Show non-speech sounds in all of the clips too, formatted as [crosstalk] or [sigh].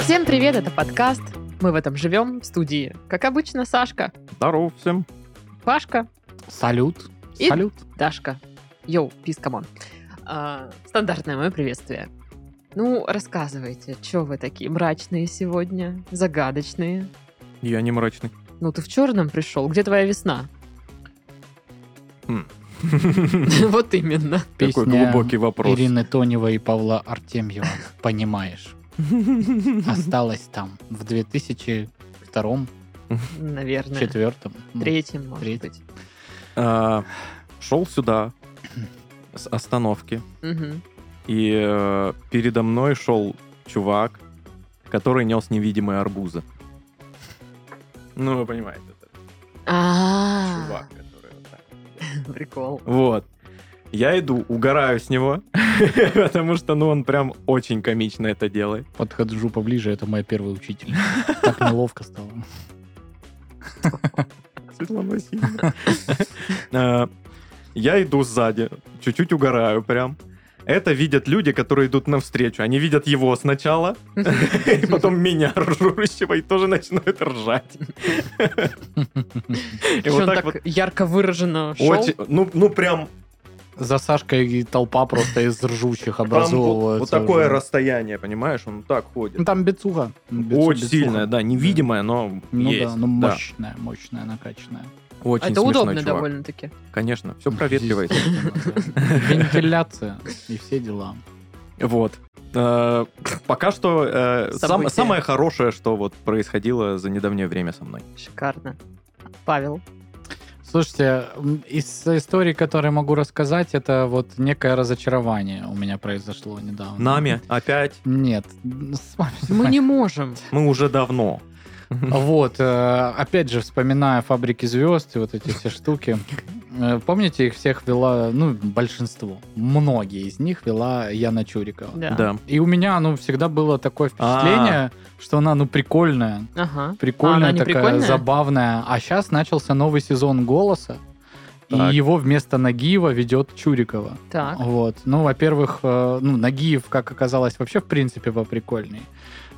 Всем привет, это подкаст. Мы в этом живем в студии. Как обычно, Сашка, Здоров всем. Пашка, Салют. И- Салют. Дашка. Йоу, пис, камон. А, Стандартное мое приветствие. Ну, рассказывайте, что вы такие мрачные сегодня, загадочные? Я не мрачный. Ну, ты в черном пришел, где твоя весна? Хм. [laughs] Вот именно. Такой Песня глубокий вопрос. Ирины Тонева и Павла Артемьева. Понимаешь. Осталось там в 2002 Наверное. четвертом. ну, Третьим, может третьим. быть. А, Шел сюда с остановки, Мгм. и э, передо мной шел чувак, который нес невидимые арбузы. Ну, вы понимаете, это А, чувак, который вот так. Прикол. Вот. Я иду, угораю с него, [laughs] потому что, ну, он прям очень комично это делает. Подхожу поближе, это моя первая учитель. Так неловко стало. Светлана Васильевна. Э, Я иду сзади, чуть-чуть угораю прям. Это видят люди, которые идут навстречу. Они видят его сначала, [laughs] и потом меня ржущего, и тоже начинают ржать. И Чё вот он так так вот ярко выраженно шел. очень... Ну, ну прям За Сашкой и толпа просто из ржучих прям вот- вот образовывается. такое уже. расстояние, понимаешь? Он так ходит. Ну, Там бецуха. Бецу- Очень бецуха. сильное, да, невидимое, но Ну есть. да, ну да. мощная, мощная, накачанная. Очень Это смешной удобно чувак. довольно-таки. Конечно, все проветривается. Естественно, да. Вентиляция и все дела. Вот. Э, Пока что э, сам- События. самое хорошее, что вот происходило за недавнее время со мной. Шикарно. Павел. Слушайте, м, из историй, которые могу рассказать, это вот некое разочарование у меня произошло недавно. Нами опять. Нет, с вами. [laughs] Мы не можем. Мы уже давно. Вот, э, опять же, вспоминая «Фабрики звезд» и вот эти все штуки, э, помните, их всех вела, ну, большинство, многие из них вела Яна Чурикова. Да. Да. И у меня, ну, всегда было такое впечатление, что она, ну, прикольная, Ага. А прикольная, она не такая прикольная? забавная. А сейчас начался новый сезон «Голоса», Так. и его вместо Нагиева ведет Чурикова. Так. Вот. Ну, во-первых, э, ну, Нагиев, как оказалось, вообще, в принципе, поприкольней.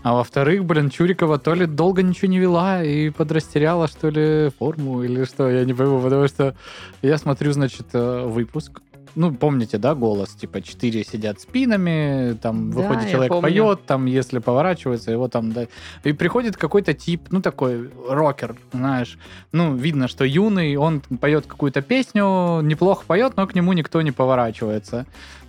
А во-вторых, блин, Чурикова то ли долго ничего не вела и подрастеряла, что ли, форму или что, я не пойму, потому что я смотрю, значит, э, выпуск. Ну, помните, да, голос, типа, четыре сидят спинами, там, Да, выходит я человек, помню. поет, там, если поворачивается, его там, да. И приходит какой-то тип, ну, такой рокер, знаешь, ну, видно, что юный, он поет какую-то песню, неплохо поет, но к нему никто не поворачивается.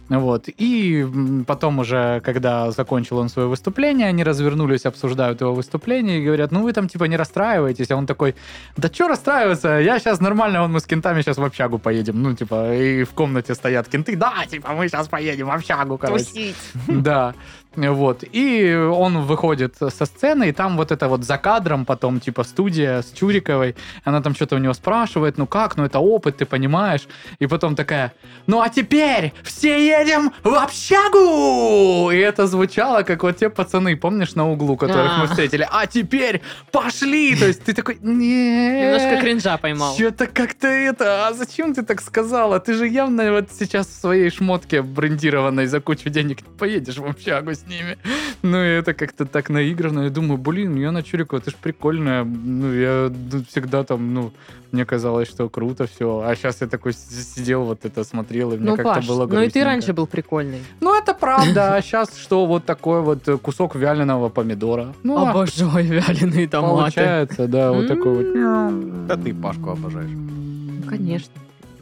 Вот. И м, потом уже, когда закончил он свое выступление, они развернулись, обсуждают его выступление и говорят, ну вы там типа не расстраиваетесь. А он такой, да что расстраиваться, я сейчас нормально, вон мы с кентами сейчас в общагу поедем. Ну типа, и в комнате стоят кенты, да, типа мы сейчас поедем в общагу, короче. Тусить. [laughs] Да. Вот. И он выходит со сцены, и там вот это вот за кадром потом, типа, студия с Чуриковой, она там что-то у него спрашивает, ну как, ну это опыт, ты понимаешь? И потом такая, ну а теперь все едем в общагу! И это звучало, как вот те пацаны, помнишь, на углу, которых А. мы встретили, а теперь пошли! То есть ты такой, нет. Немножко кринжа поймал. Что-то как-то это, а зачем ты так сказала? Ты же явно вот сейчас в своей шмотке брендированной за кучу денег не поедешь в общагу с ними. Ну, и это как-то так наигранно. Я думаю, блин, Яна Чурикова, ты ж прикольная. Ну, я ну, всегда там, ну, мне казалось, что круто все. А сейчас я такой с- сидел, вот это смотрел, и мне Ну, как-то Паш, было ну и ты грустненько. раньше был прикольный. Ну, это [laughs] правда. А сейчас что, вот такой вот э, кусок вяленого помидора. Ну, а Обожаю вяленые томаты. получается, да, вот такой вот. Да ты Пашку обожаешь. Ну, М-м-м. конечно.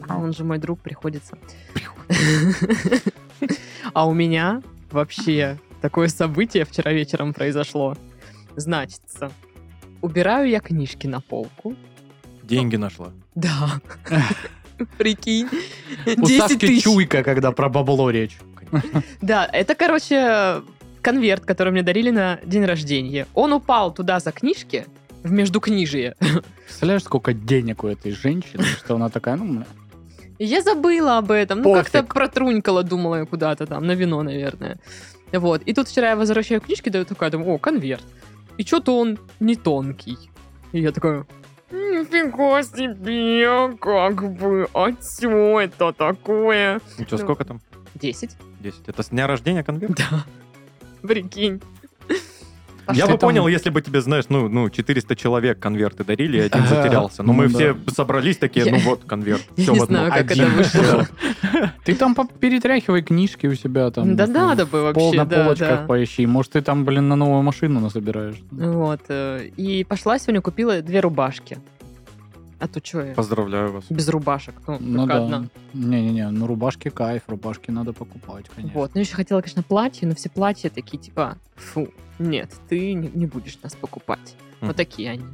Он же мой друг, приходится. А у меня вообще такое событие вчера вечером произошло. Значится, убираю я книжки на полку. Деньги нашла. Да. [laughs] Прикинь. У 10 Сашки тысяч. чуйка, когда про бабло речь. Да, это, короче, конверт, который мне дарили на день рождения. Он упал туда за книжки, в междукнижие. Представляешь, сколько денег у этой женщины, что она такая, ну, бля, И Я забыла об этом. Ну, Пофиг. как-то протрунькала, думала я куда-то там, на вино, наверное. Вот. И тут вчера я возвращаю книжки, даю такая, думаю, о, конверт. И что-то он не тонкий. И я такая, «М, Нифига себе, как бы, а чё это такое? Ну что, Ну. сколько там? Десять? [laughs] 10. Это с дня рождения конверт? Да. Прикинь. А Я что бы там? понял, если бы тебе, знаешь, ну, ну, 400 человек конверты дарили, и один Ага. затерялся. Но Ну мы да. все собрались такие, Я- ну вот конверт. Я всё не в одном. знаю, А как Один. это вышло. Ты там поп- перетряхивай книжки у себя там. Да надо бы Пол вообще, на да, полочках да. поищи. Может, ты там, блин, на новую машину насобираешь. Вот. э, И пошла сегодня, купила две рубашки. А то чё я? Поздравляю вас. Без рубашек, ну, Ну только да. одна. Не-не-не, ну рубашки кайф, рубашки надо покупать, конечно. Вот. Ну, еще хотела, конечно, платье, но все платья такие, типа, фу, нет, ты не, не будешь нас покупать. Мгм. Вот такие они.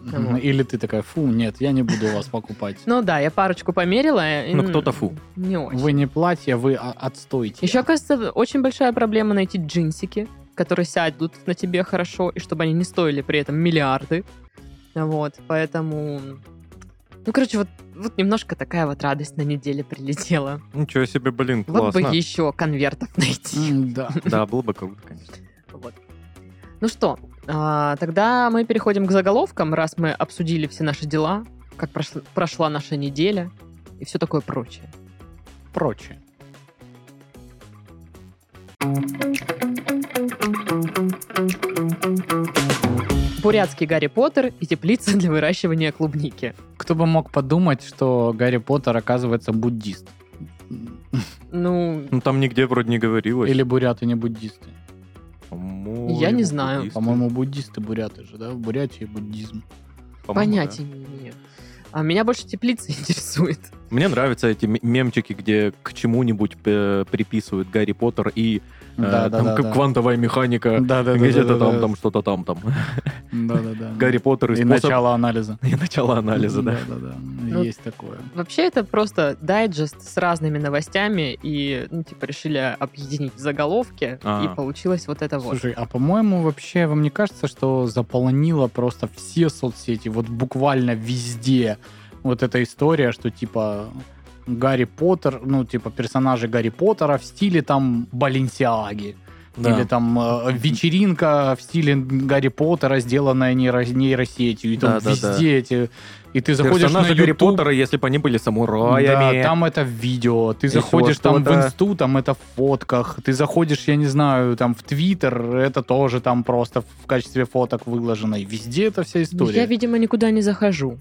Мгм. ну Вот. Или ты такая, фу, нет, я не буду [laughs] вас покупать. Ну да, я парочку померила. и, Ну, кто-то фу. Не очень. Вы не платье, вы а, отстойте. Еще, оказывается, очень большая проблема найти джинсики, которые сядут на тебе хорошо, и чтобы они не стоили при этом миллиарды. Вот, поэтому... Ну, короче, вот, вот немножко такая вот радость на неделе прилетела. Ничего себе, блин, Вот бы классно. еще конвертов [laughs] найти. М, Да. Да, было бы круто, конечно. Вот. Ну что, а, тогда мы переходим к заголовкам, раз мы обсудили все наши дела, как прошл- прошла наша неделя и все такое прочее. Прочее. Бурятский Гарри Поттер и теплица для выращивания клубники. Кто бы мог подумать, что Гарри Поттер оказывается буддист? Ну, Ну, там нигде вроде не говорилось. Или буряты не буддисты? По-моему, Я не знаю. буддисты. По-моему, буддисты буряты же, да? В Бурятии буддизм. По-моему, да. Понятия не имею. А меня больше теплица [laughs] интересует. Мне нравятся эти м- мемчики, где к чему-нибудь э, приписывают Гарри Поттер и э, там к- Да-да-да. квантовая механика, Да-да-да. где-то там, там что-то там, [laughs] там. Да-да-да. Гарри Поттер и И способ- начало анализа. [laughs] И начало анализа, да. Да-да-да. Ну, Есть такое. Вообще это просто дайджест с разными новостями и, ну, типа, решили объединить заголовки, А. и получилось вот это вот. Слушай, а по-моему, вообще вам не кажется, что заполонила просто все соцсети, вот буквально везде вот эта история, что типа Гарри Поттер, ну, типа персонажи Гарри Поттера в стиле там Баленсиаги. Да. Или там э, вечеринка в стиле Гарри Поттера, сделанная нейро- нейросетью. И там Да-да-да. везде эти... И ты заходишь Персонажи на Гарри YouTube, Поттера, если бы они были самураями. да, там это видео. Ты Еще заходишь там в что-то. инсту, там это в фотках. Ты заходишь, я не знаю, там в твиттер, это тоже там просто в качестве фоток выложено. И везде эта вся Ну, история. Я, видимо, никуда не захожу.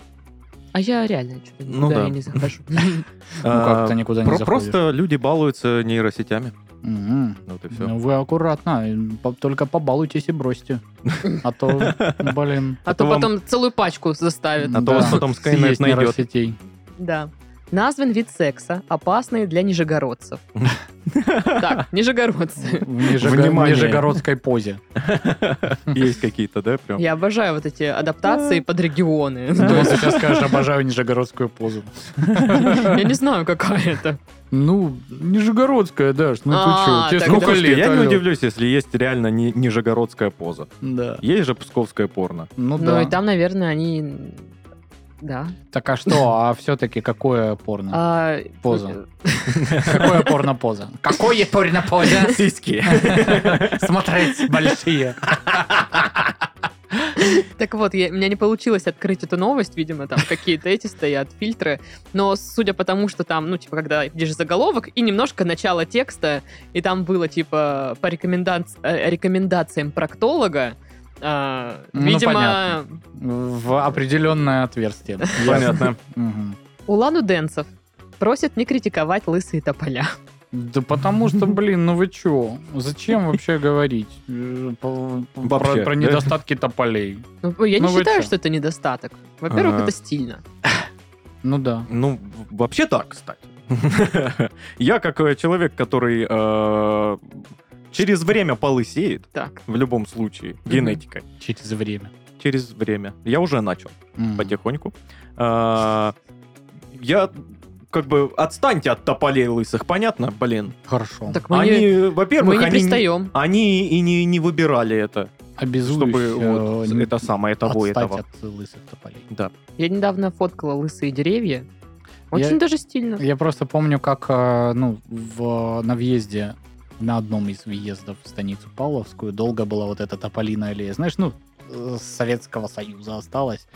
А я реально чё-то Ну никуда да. и не [laughs] захожу. Ну, Ну как ты никуда не заходишь? Просто люди балуются нейросетями. Мгм. Вот и все. Ну вы аккуратно, э, по- только побалуйтесь и бросьте. [laughs] А то, блин, А А то то вам- потом целую пачку заставят. А то вас да, потом Skynet съесть найдет. нейросетей. Да. Назван вид секса, опасный для нижегородцев. [laughs] Так, нижегородцы. В Нижего- в Внимание. нижегородской позе. [laughs] Ну. Есть какие-то, да, прям? Я обожаю вот эти адаптации под [laughs] регионы. Ты сейчас скажешь, обожаю нижегородскую позу. [laughs] Я не знаю, какая это. Ну, нижегородская, Даш, ну ты А, что? Тебе так Ну, да. сколько слушайте, лет? я не алло? удивлюсь, если есть реально ни- нижегородская поза. Да. Есть же псковское порно. [laughs] Ну Ну да. и там, наверное, они... Да. Так а что? А все-таки какое порно? А, Поза. Какое порно поза? Какое порно поза? Сиськи. Смотреть большие. Так вот, я- у меня не получилось открыть эту новость, видимо, там какие-то эти стоят, фильтры. Но судя по тому, что там, ну, типа, когда видишь заголовок и немножко начало текста, и там было, типа, по рекомендан- э, рекомендациям проктолога, а, Ну, видимо, понятно. В определенное отверстие. Понятно. Мгм. Улан Уденцев просит не критиковать лысые тополя. [laughs] Да потому что, блин, ну вы чё? Зачем вообще говорить э, по- по- Вообще, про про да? недостатки тополей? Ну, я не Ну, вы считаю, чё? что это недостаток. Во-первых, Ага. это стильно. Ну да. Ну, в- вообще так, кстати. [laughs] Я как э, человек, который э, через время полысеет, Так. в любом случае, генетика, Через время. через время. Я уже начал М. потихоньку. Э, Я как бы отстаньте от тополей лысых, понятно, блин. Хорошо. Так мы не- Они, мы во-первых, не они не- пристаем. они и не, не выбирали это, Обязуюсь. чтобы вот э, это самое того и отстать этого. от лысых тополей. Да. Я недавно фоткала лысые деревья. Очень Я- даже стильно. Я просто помню, как э, ну, в, на въезде, на одном из въездов в станицу Павловскую долго была вот эта тополиная аллея. Знаешь, ну, э, Советского Союза осталось.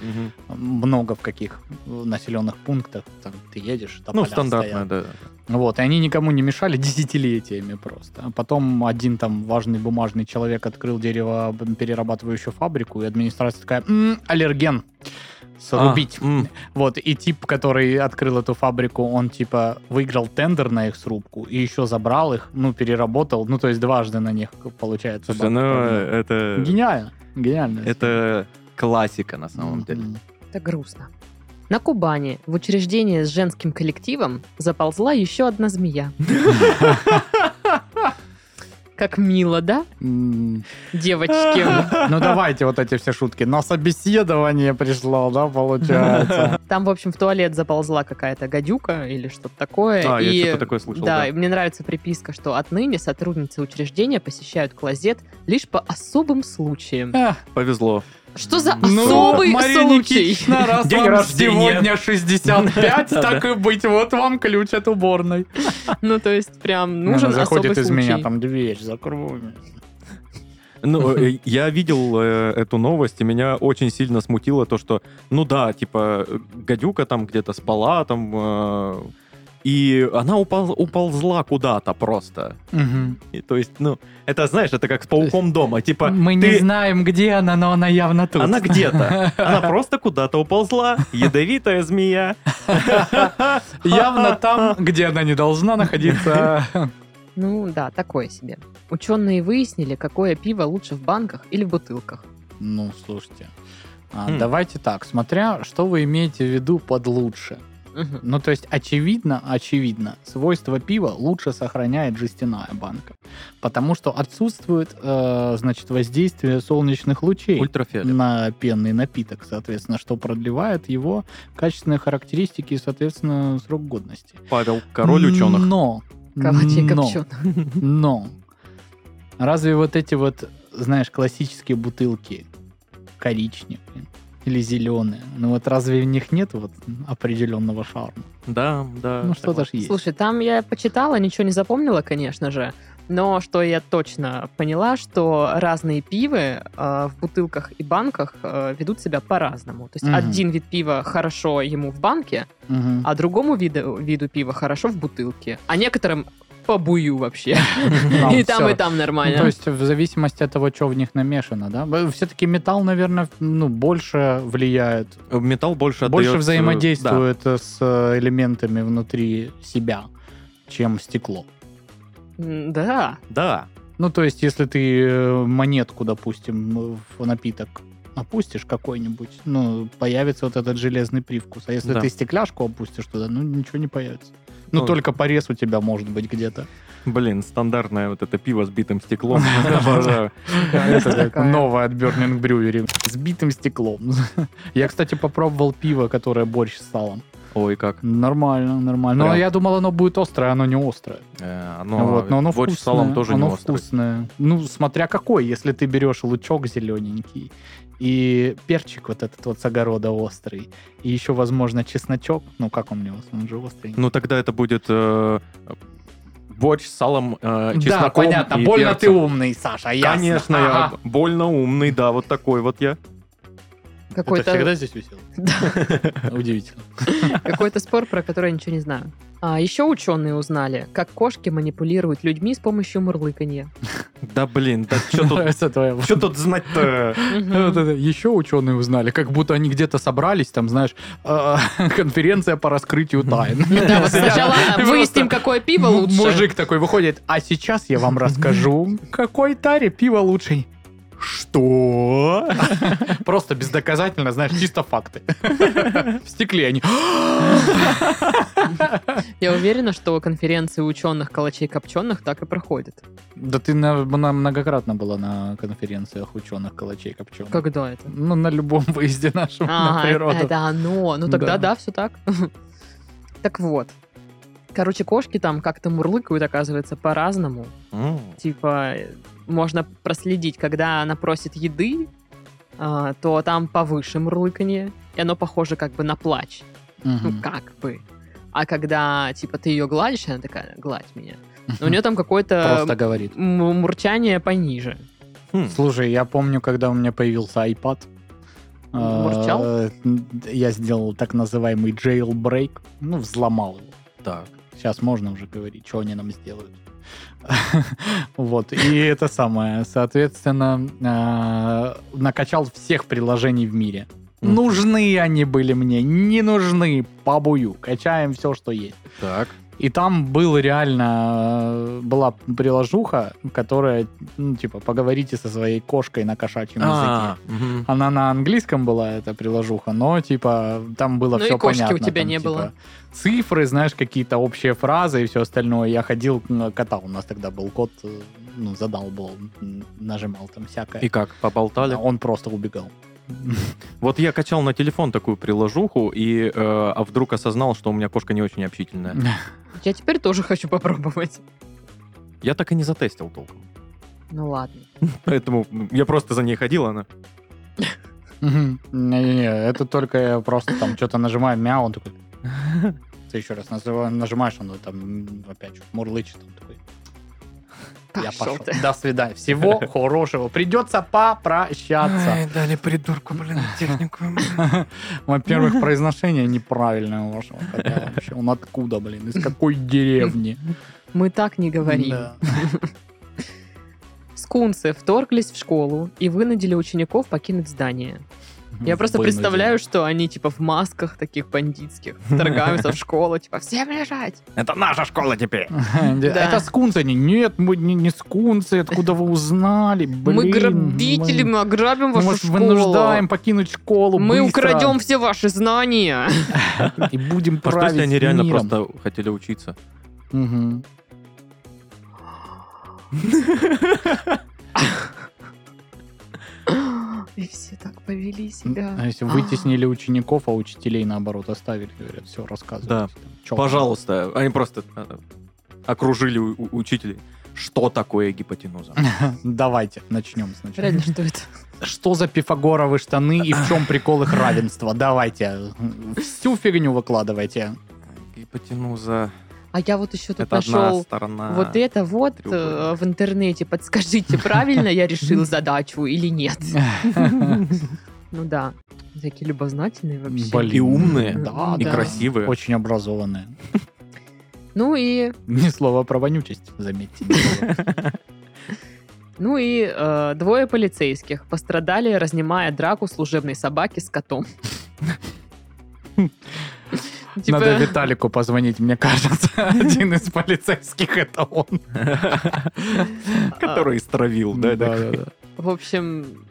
Ну, Много в каких э, населенных пунктах. Там ты едешь, там Ну, поля стандартная, стоят. да. Вот, и они никому не мешали [laughs] десятилетиями просто. А Потом один там важный бумажный человек открыл дерево перерабатывающую фабрику, и администрация такая, «М, аллерген, срубить. А, м, Вот, и тип, который открыл эту фабрику, он, типа, выиграл тендер на их срубку и еще забрал их, ну, переработал, ну, то есть дважды на них, получается. Слушай, ну бабка. это... Гениально, гениально. Это классика на самом Мгм. деле. Это грустно. На Кубани в учреждение с женским коллективом заползла еще одна змея. Как мило, да, М, девочки? Ну, давайте вот эти все шутки. На собеседование пришло, да, получается. Там, в общем, в туалет заползла какая-то гадюка или что-то такое. А, и... я что-то такое слышал. да, да. и мне нравится приписка, что отныне сотрудницы учреждения посещают клозет лишь по особым случаям. Эх, Повезло. Что за Ну, особый Мария случай? Никитична, раз День вам рождения. сегодня 65, так и быть, вот вам ключ от уборной. Ну, то есть, прям нужен Она заходит особый из случай. меня, там дверь закрой. [laughs] Ну, э, я видел э, эту новость, и меня очень сильно смутило то, что, ну да, типа, э, гадюка там где-то спала, там, э, и она упал- уползла куда-то просто. Мгм. И, то есть, ну, это, знаешь, это как с пауком дома, типа, Мы ты- не знаем, где она, но она явно тут. [laughs] она где-то, она просто куда-то уползла, ядовитая змея. Явно там, где она не должна находиться. Ну, да, такое себе. Ученые выяснили, какое пиво лучше в банках или в бутылках. [laughs] Ну, слушайте, а, Хм. давайте так, смотря что вы имеете в виду под лучше. Мгм. Ну, то есть, очевидно, очевидно, свойство пива лучше сохраняет жестяная банка. Потому что отсутствует, э, значит, воздействие солнечных лучей. Ультрафиолет. на пенный напиток, соответственно, что продлевает его качественные характеристики и, соответственно, срок годности. Павел, король ученых. Но, Калачи и но, копчёные. но, разве вот эти вот, знаешь, классические бутылки коричневые или зеленые, ну вот разве в них нет вот определенного шарма? Да, да. ну что-то согласен. ж есть. Слушай, там я почитала, ничего не запомнила, конечно же. Но что я точно поняла, что разные пивы э, в бутылках и банках э, ведут себя по-разному. То есть Мгм. один вид пива хорошо ему в банке, [laughs] Мгм. а другому виду, виду пива хорошо в бутылке. А некоторым по бую вообще. Нам [laughs] И там, всё и там Ну, то нормально. есть в зависимости от того, что в них намешано, да? Все-таки металл, наверное, ну, больше влияет Металл больше больше отдаёт, э, да. взаимодействует э, с э, элементами внутри себя, чем стекло. М, Да. Да. Ну, то есть, если ты э, монетку, допустим, в напиток опустишь какой-нибудь, ну, появится вот этот железный привкус. А если Да. ты стекляшку опустишь туда, ну, ничего не появится. Ну, Ну, только порез у тебя может быть где-то. Блин, стандартное вот это пиво с битым стеклом. Обожаю. [laughs] Это такая. Новое от Burning Brewery. С битым стеклом. [laughs] Я, кстати, попробовал пиво, которое борщ с салом. Ой, как. Нормально, нормально. Но Прям. я думал, оно будет острое, а оно не острое. Э, вот, но оно борщ вкусное. с салом тоже оно не острый. вкусное. Ну, смотря какой. Если ты берешь лучок зелененький, и перчик вот этот вот с огорода острый, и еще, возможно, чесночок. Ну, как он не острый? Он же острый. Ну тогда это будет э, борщ с салом, э, чесноком да, понятно. и Больно ты перцем. умный, Саша, ясно. Конечно, я Ага. больно умный, да, вот такой вот я. Какой-то... Это всегда здесь висел? Удивительно. Какой-то спор, про который я ничего не знаю. А еще ученые узнали, как кошки манипулируют людьми с помощью мурлыканья. Да блин, да что [laughs] тут... Нравится твоя [laughs] Что тут знать-то? Мгм. Еще ученые узнали, как будто они где-то собрались, там, знаешь, э, [laughs] конференция по раскрытию тайн. [laughs] Да, вот сначала [laughs] Просто выясним, какое пиво М- лучше. Мужик такой выходит, а сейчас я вам расскажу, какой таре пиво лучший. Что? [laughs] Просто бездоказательно, знаешь, чисто факты. [laughs] В стекле они. Я уверена, что конференции ученых калачей копченых так и проходят. Да ты на- на- многократно была на конференциях ученых калачей копченых. Когда это? Ну, на любом выезде нашего [laughs] на Ага, природу. это оно. Ну тогда Да. да, все так. [laughs] Так вот. Короче, кошки там как-то мурлыкают, оказывается, по-разному. М, типа можно проследить, когда она просит еды, а, то там повыше мурлыканье, и оно похоже как бы на плач. Ну, Мгм. как бы. А когда, типа, ты ее гладишь, она такая, гладь меня. Но у нее там какое-то Просто говорит. м- мурчание пониже. Хм. Слушай, я помню, когда у меня появился iPad. Он бурчал? э, Я сделал так называемый jailbreak. Ну, взломал его. Так. Сейчас можно уже говорить, что они нам сделают. [laughs] Вот, и это самое. Соответственно, э, накачал всех приложений в мире. Мгм. Ну Нужны они были мне, не нужны, побую. Качаем все, что есть. Так. И там был реально э, была приложуха, которая, ну, типа, поговорите со своей кошкой на кошачьем А, языке. мгм. Она на английском была, эта приложуха, но, типа, там было Ну и все кошки у понятно. тебя там, не типа, было. Цифры, знаешь, какие-то общие фразы и все остальное. Я ходил, ну, кота у нас тогда был, кот, э, ну, задал был, м, нажимал там всякое. И как, поболтали? А Он просто убегал. Вот я качал на телефон такую приложуху, и э, а вдруг осознал, что у меня кошка не очень общительная. Я теперь тоже хочу попробовать. Я так и не затестил толком. Ну ладно. Поэтому я просто за ней ходил, она... Мгм. Не-не-не, это только я просто там что-то нажимаю, мяу, [laughs] он такой... Ты еще раз называ- нажимаешь, он там м, опять что-то мурлычет. Он такой, я пошел. Пошел ты. До свидания. [laughs] Всего хорошего. Придется попрощаться. дали придурку, блин, технику. [laughs] Во-первых, произношение неправильное у вашего кота [laughs] вообще. Он откуда, блин? Из какой деревни? Мы так не говорим. [laughs] Да. Скунсы вторглись в школу и вынудили учеников покинуть здание. Я просто Вынужден. представляю, что они типа в масках таких [laughs] бандитских вторгаются в школу, типа всем лежать. [laughs] Это наша школа теперь. Да. Это скунсы они. Нет, мы не не скунсы. Откуда вы узнали? мы Блин, грабители, мы- мы ограбим вашу Мы ж школу. вынуждаем покинуть школу мы быстро украдем все ваши знания. [laughs] и будем А что, если править они реально миром. просто хотели учиться? Мгм. И все так повели А себя. если вытеснили учеников, а учителей наоборот оставили, говорят, все, рассказывайте. Чё? Пожалуйста. Они просто э, окружили у- у- учителей. Что такое гипотенуза? [laughs] Давайте начнем сначала. Реально, что это? Что за пифагоровы штаны и в чем прикол их равенства? Давайте. Всю фигню выкладывайте. Гипотенуза А я вот еще — тут это одна нашел сторона. а, вот это вот э, треугольник. в интернете. [laughs] Подскажите, правильно я решил задачу или нет? Ну да, такие любознательные вообще. Блин. И умные, Да, и да. красивые. Очень образованные. Ну и Ни слова про вонючесть, заметьте. ни слова. Ну и э, двое полицейских пострадали, разнимая драку служебной собаки с [laughs] котом. Типа, Надо Виталику позвонить, мне кажется. Один из полицейских это он. а, Который стравил, да? да. Да-да-да. в общем,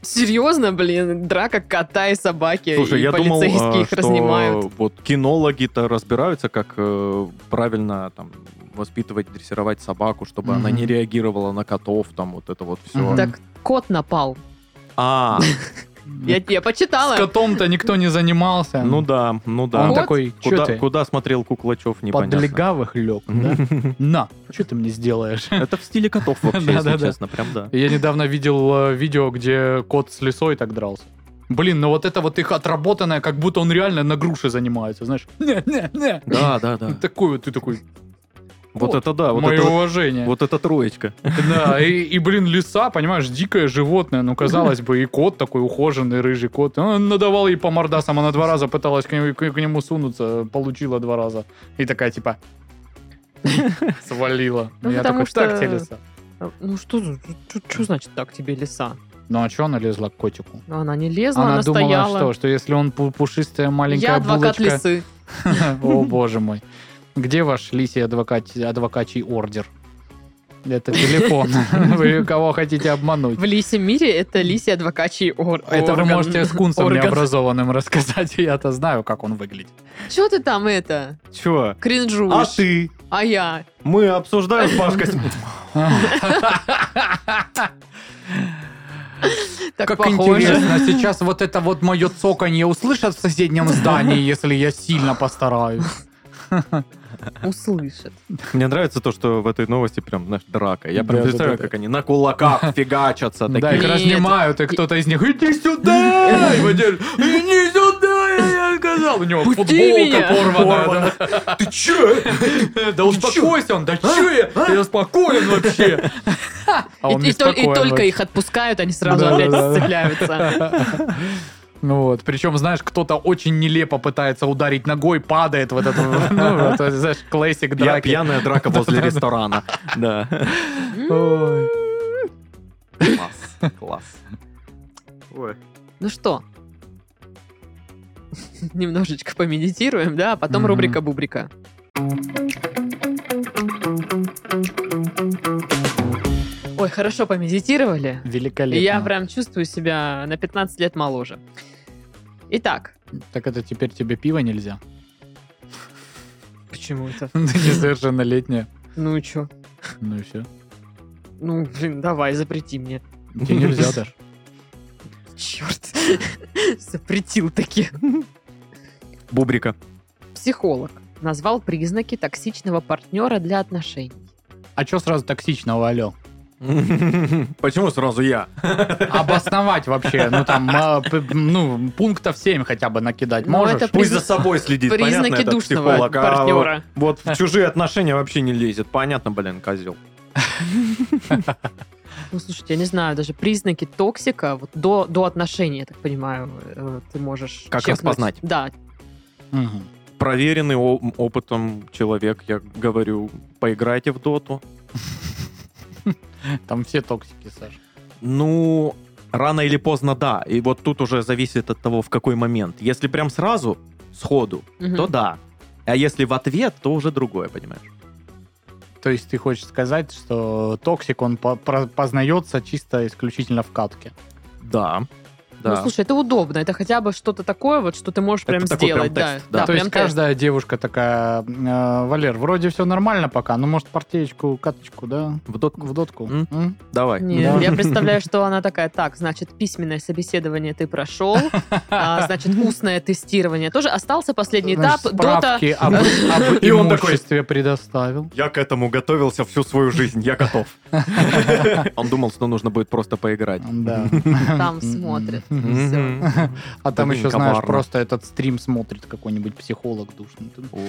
серьезно, блин, драка кота и собаки, Слушай, и я думал, полицейские э, а, их разнимают. что вот кинологи-то разбираются, как э, правильно там воспитывать, дрессировать собаку, чтобы она Мгм. не реагировала на котов, там вот это вот все. Мгм. Так кот напал. А, Я, я почитала. С котом-то никто не занимался. ну да, ну да. Он Вот. такой, что Куда, ты? куда смотрел Куклачев, Под непонятно. легавых лег, да? На, что ты мне сделаешь? [laughs] Это в стиле [laughs] котов вообще, если Да-да-да. честно, прям да. Я недавно видел э, видео, где кот с лисой так дрался. Блин, ну вот это вот их отработанное, как будто он реально на груши занимается, знаешь. Не-не-не. Да, да, да. Такой вот ты такой, Вот Вот. это да, вот мое это вот- уважение. [laughs] вот это троечка. Да, и, и, блин, лиса, понимаешь, дикое животное, ну, казалось бы, и кот такой ухоженный, рыжий кот. Он надавал ей по мордасам, она два раза пыталась к нему, к нему сунуться, получила два раза. И такая, типа, [laughs] свалила. Ну, Я потому такой, так что- тебе лиса. Ну что, за- чё- чё значит так тебе лиса? Ну, а что она лезла к котику? Ну, Она не лезла, она, Она думала, стояла. что, что если он пу- пушистая маленькая я адвокат булочка... лисы. [laughs] О, боже мой. Где ваш лисий адвокат, адвокачий ордер? Это телефон. [laughs] Вы кого хотите обмануть? В лисе мире это лисий адвокачий ор- Это вы орган. можете с кунсом Орган. необразованным рассказать. [laughs] Я-то знаю, как он выглядит. Чё ты там это? Чё? А Кринжуешь. ты? А я? Мы обсуждаем с Пашкой. Так Как похоже. интересно. Сейчас вот это вот мое цоканье услышат в соседнем здании, если я сильно постараюсь. Услышит. Мне нравится то, что в этой новости прям, знаешь, драка. Я прям Да, представляю, да, да, как они на кулаках фигачатся. Да, их такие. Нет. разнимают, и кто-то из них «Иди сюда!» И в отдельно, «Иди сюда! я- я заказал? У него Пусти меня! футболка порвана. да. Ты че? Да успокойся он, да А? чё че я? Я спокоен вообще. А он И, не и тол- и спокоен только вообще. их отпускают, они сразу Да, опять да, да. сцепляются. [laughs] Ну вот, причем, знаешь, кто-то очень нелепо пытается ударить ногой, падает вот это, ну, вот, знаешь, классик Пья- драки. Пьяная драка возле ресторана. Да. Ой. Класс, класс. Ой. Ну что? [laughs] Немножечко помедитируем, да, а потом Мгм. рубрика Бубрика. Ой, хорошо помедитировали. И Великолепно. я прям чувствую себя на 15 лет моложе. Итак. Так это теперь тебе пиво нельзя? [laughs] Почему это? Ты несовершеннолетняя. Ну и чё? Ну и все. Ну, блин, давай, запрети мне. Тебе нельзя даже. Черт. [laughs] Запретил таки. [laughs] Бубрика. Психолог назвал признаки токсичного партнера для отношений. А что сразу токсичного, алё? [laughs] Почему сразу я? Обосновать вообще, ну там, а, п- ну, пунктов 7 хотя бы накидать Ну, можешь? это Пусть Призна- за собой следит, понятно, Признаки это душного психолог. а партнера. вот в чужие отношения вообще не лезет. Понятно, блин, козел. Ну, слушайте, я не знаю, даже признаки токсика вот до, до отношений, я так понимаю, э, ты можешь... Как чекнуть. распознать? Да. Мгм. Проверенный о- опытом человек, я говорю, поиграйте в доту. Там все токсики, Саша. Ну, рано или поздно, да. И вот тут уже зависит от того, в какой момент. Если прям сразу, сходу, Мгм. то да. А если в ответ, то уже другое, понимаешь? То есть ты хочешь сказать, что токсик, он по- про- познается чисто исключительно в катке? Да. Ну, слушай, это удобно. Это хотя бы что-то такое, вот, что ты можешь Это прям такой прям сделать. да. тест, да. Да, То прям есть тест. каждая девушка такая, «Э, Валер, вроде все нормально пока, ну может партеечку, каточку, да? В дотку. В дотку. М? М? Давай. Не, Да. Я представляю, что она такая, так, значит, письменное собеседование ты прошел, а, значит, устное тестирование тоже. Остался последний Значит, этап, дота... справки об, об [laughs] И он такой- имуществе предоставил. Я к этому готовился всю свою жизнь, я готов. [laughs] Он думал, что нужно будет просто поиграть. Да. Там смотрит. Мгм. А там Блин, еще, знаешь, коварно. просто этот стрим смотрит какой-нибудь психолог душный. Ты- О.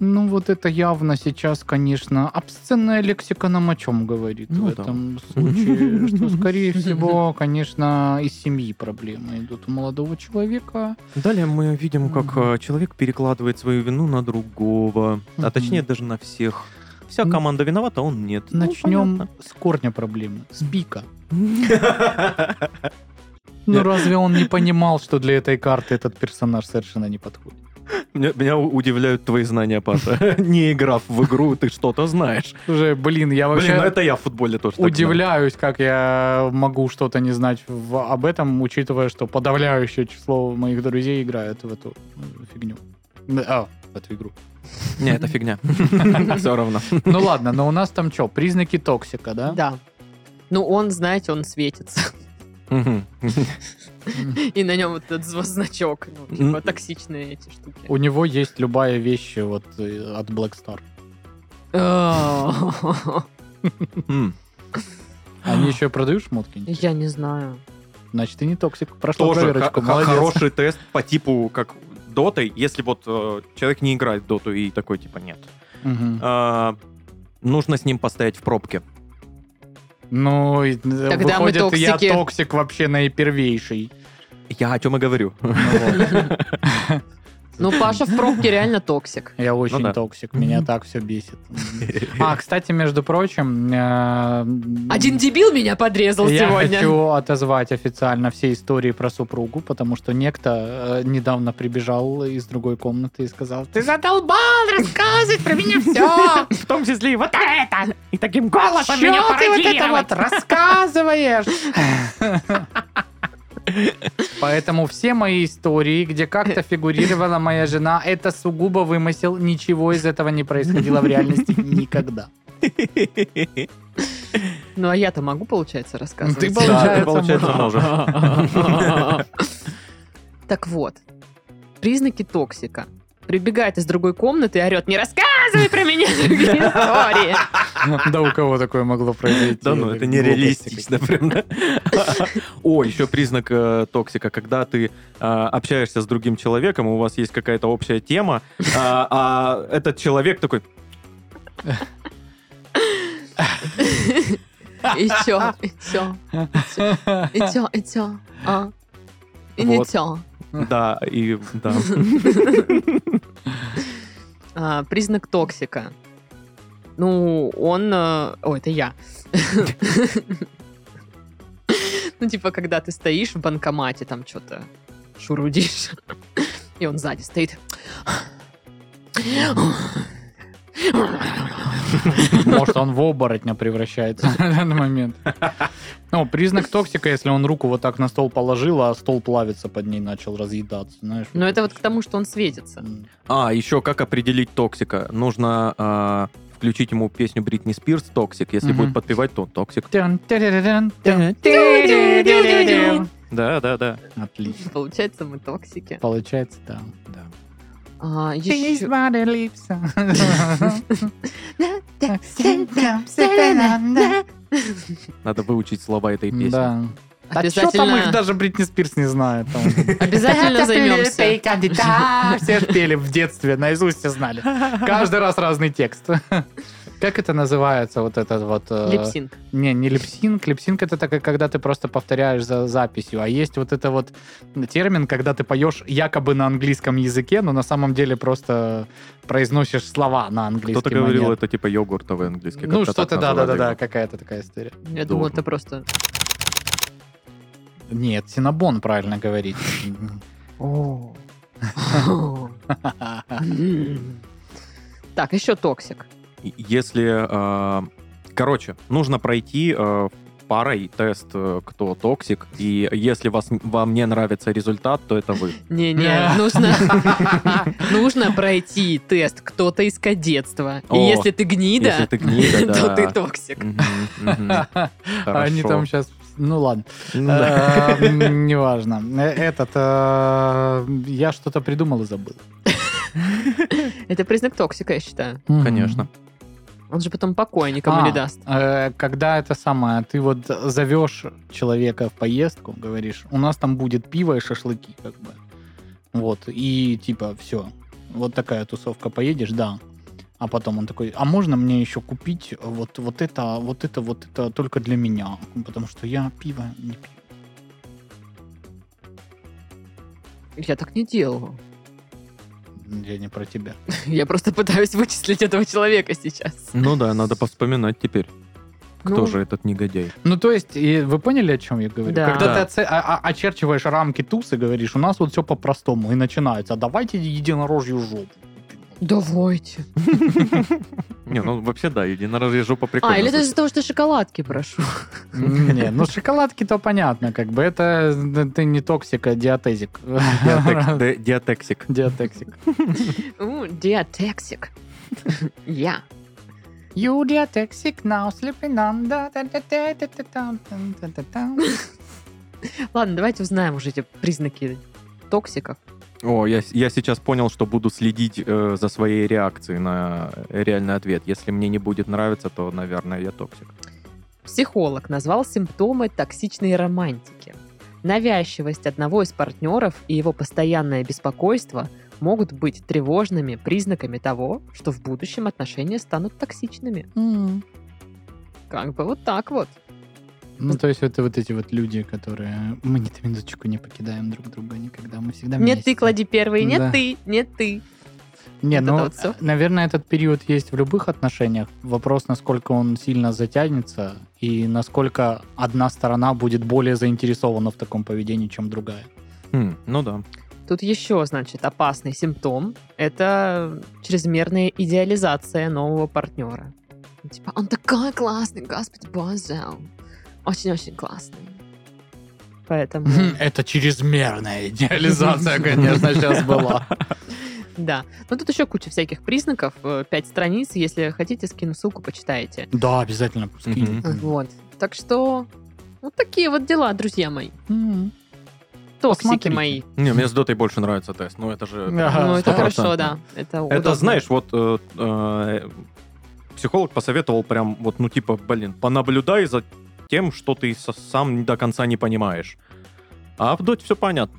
Ну вот это явно сейчас, конечно, обсценная лексика нам о чем говорит Ну в да. этом [laughs] случае, что, скорее всего, конечно, из семьи проблемы идут у молодого человека. Далее мы видим, как э, человек перекладывает свою вину на другого, а Мгм. точнее даже на всех. Вся Ну, команда виновата, а он нет. Ну, Начнем понятно. с корня проблемы, с [laughs] пика. Ну разве он не понимал, что для этой карты этот персонаж совершенно не подходит? Меня меня удивляют твои знания, Паша. [laughs] Не играв в игру, ты что-то знаешь. Уже, блин, я вообще Блин, ну это я в футболе тоже так [laughs] удивляюсь, как я могу что-то не знать в- об этом, учитывая, что подавляющее число моих друзей играют в эту э, фигню. Н- А, в эту игру. знаю. Не, это [laughs] фигня. Все равно. Ну ладно, но у нас там что, признаки токсика, да? Да. Ну, он, знаете, он светится. [laughs] Мгм. И на нем вот этот зв- значок. Ну, Мгм. типа, токсичные эти штуки. У него есть любая вещь вот э, от Black Star. М. Они еще и продают шмотки? [laughs] интересно? Я не знаю. Значит, ты не токсик. Прошла Тоже проверочку, хо- хо- молодец. хороший тест по типу как дотой, если вот э, человек не играет в доту и такой типа нет. Мгм. А, Нужно с ним постоять в пробке. Ну, и, э, мы выходит, я токсики. токсик вообще [laughs] наипервейший. Я о чем и говорю. Ну вот. Ну, Паша в пробке реально токсик. Я очень да. токсик, меня так все бесит. [laughs] А, кстати, между прочим... э, Один дебил меня подрезал я сегодня. хочу отозвать официально все истории про супругу, потому что некто э, недавно прибежал из другой комнаты и сказал, ты задолбал рассказывать про меня [laughs] все! В том числе и вот это! И таким голосом Чё ты вот это вот [laughs] рассказываешь? Поэтому все мои истории, где как-то фигурировала моя жена, это сугубо вымысел. Ничего из этого не происходило в реальности никогда. Ну, а я-то могу, получается, рассказывать? Ты, Да, получается, ты, получается, можешь. [laughs] Так вот, признаки [laughs] токсика. Прибегает из другой комнаты и орет, не рассказывай про меня другие истории. Да у кого такое могло произойти? Да ну, это нереалистично прям. да. [laughs] О, еще признак э, токсика, когда ты э, общаешься с другим человеком, у вас есть какая-то общая тема, а- а этот человек такой, [laughs] И чё, и чё, и чё, и чё, а? И не Вот. чё. [laughs] да, и да. А, Признак токсика. Ну, он... э, О, это я. [laughs] Ну, типа, когда ты стоишь в банкомате, там что-то шурудишь, [laughs] и он сзади стоит. Может, он в оборотня превращается [laughs] на данный момент. Ну, признак токсика, если он руку вот так на стол положил, а стол плавится под ней, начал разъедаться, знаешь. Но это вот всё. к тому, что он светится. М. А, еще как определить токсика? Нужно а, включить ему песню Бритни Спирс «Токсик». Если Мгм. будет подпевать, то он токсик. Тян, тярярян, тян, тярярян. Да, да, да. Отлично. Получается, мы токсики. Получается, да. да. А, Ты ещё- [laughs] смотри, липса. Так, сидим, сидим, да. Надо выучить слова этой песни. Да. А чё там их Обязательно, даже Бритни Спирс не знает? там? [laughs] обязательно займемся. [laughs] Да, А, Все ж пели в детстве, наизусть все знали. Каждый раз разный текст. Как это называется, вот этот вот... э, Липсинг. Не, не липсинг. Липсинг это так, когда ты просто повторяешь за записью. А есть вот это вот термин, когда ты поешь якобы на английском языке, но на самом деле просто произносишь слова на английском. а Кто-то говорил, это типа йогуртовый английский. Ну как-то так что-то, да-да-да, называли. какая-то такая история. Я думала, Должен. это просто... Нет, синабон правильно говорить. М. [laughs] Так, еще токсик. И- Если... а, Короче, нужно пройти а, парой тест, э, кто токсик, и если вас, вам не нравится результат, то это вы. Не-не, Не. нужно, [laughs] нужно пройти тест кто-то из кадетства. [laughs] И О, если ты Если гнида, ты [laughs] гнида, то да. ты токсик. А Мгм, мгм. [laughs] [laughs] Они Хорошо. там сейчас... Ну ладно. [laughs] Ну да. Э, м, Неважно. Э, Этот, э, я что-то придумал и забыл. Это признак токсика, я считаю. Конечно. Он же потом покойникам А. не даст. Э, Когда это самое, ты вот зовешь человека в поездку, говоришь, у нас там будет пиво и шашлыки, как бы. Вот, и типа, все. Вот такая тусовка, поедешь, да. А потом он такой, а можно мне еще купить вот, вот это, вот это, вот это только для меня? Потому что я пиво не пью. Я так не делала. Я не про тебя. Я просто пытаюсь вычислить этого человека сейчас. Ну да, надо повспоминать теперь. Кто Ну, же этот негодяй? Ну, то есть, и вы поняли, о чем я говорю? Да. Когда Да. ты оце- а- а- очерчиваешь рамки тусы, говоришь, у нас вот все по-простому, и начинается, «А давайте единорожью жопу. Давайте. Не, ну вообще да, единорожья жопа прикольно. А, или это звучит. из-за того, что шоколадки прошу. [laughs] Не, ну шоколадки-то понятно, как бы это э, ты не токсик, а диатезик. [laughs] Диатек- де- Диатексик. [laughs] Диатексик. У, Диатексик. [laughs] Я. You diatexik now sleeping on da- da- da- da- da- da- da- da- da- da. Ладно, давайте узнаем уже эти признаки токсиков. О, я, с- я сейчас понял, что буду следить э, за своей реакцией на реальный ответ. Если мне не будет нравиться, то, наверное, я токсик. Психолог назвал симптомы токсичной романтики. Навязчивость одного из партнеров и его постоянное беспокойство могут быть тревожными признаками того, что в будущем отношения станут токсичными. М. Как бы вот так вот. Ну, то есть это вот эти вот люди, которые... Мы ни на минуточку не покидаем друг друга никогда, мы всегда Нет, ты вместе». клади первый, нет Да. ты, нет ты. Не, Вот ну, это вот всё. наверное, этот период есть в любых отношениях. Вопрос, насколько он сильно затянется и насколько одна сторона будет более заинтересована в таком поведении, чем другая. Хм, ну да. Тут еще, значит, опасный симптом – это чрезмерная идеализация нового партнера. Типа, он такой классный, господи боже, очень-очень классный. Поэтому, [laughs] Это чрезмерная идеализация, конечно, сейчас [laughs] была. да. Но тут еще куча всяких признаков, э, пять страниц, если хотите, скину ссылку, почитайте. Да, обязательно скинь. Вот. Так что, вот такие вот дела, друзья мои. М. Токсики Посмотрите. мои. Не, мне с дотой больше нравится тест. Ну это же... Ага. ну, это стопроцентно. хорошо, да. Это, Это, удобно. знаешь, вот э, э, психолог посоветовал прям вот, ну типа, блин, понаблюдай за тем, что ты со- сам до конца не понимаешь. А в Доте все [laughs] понятно.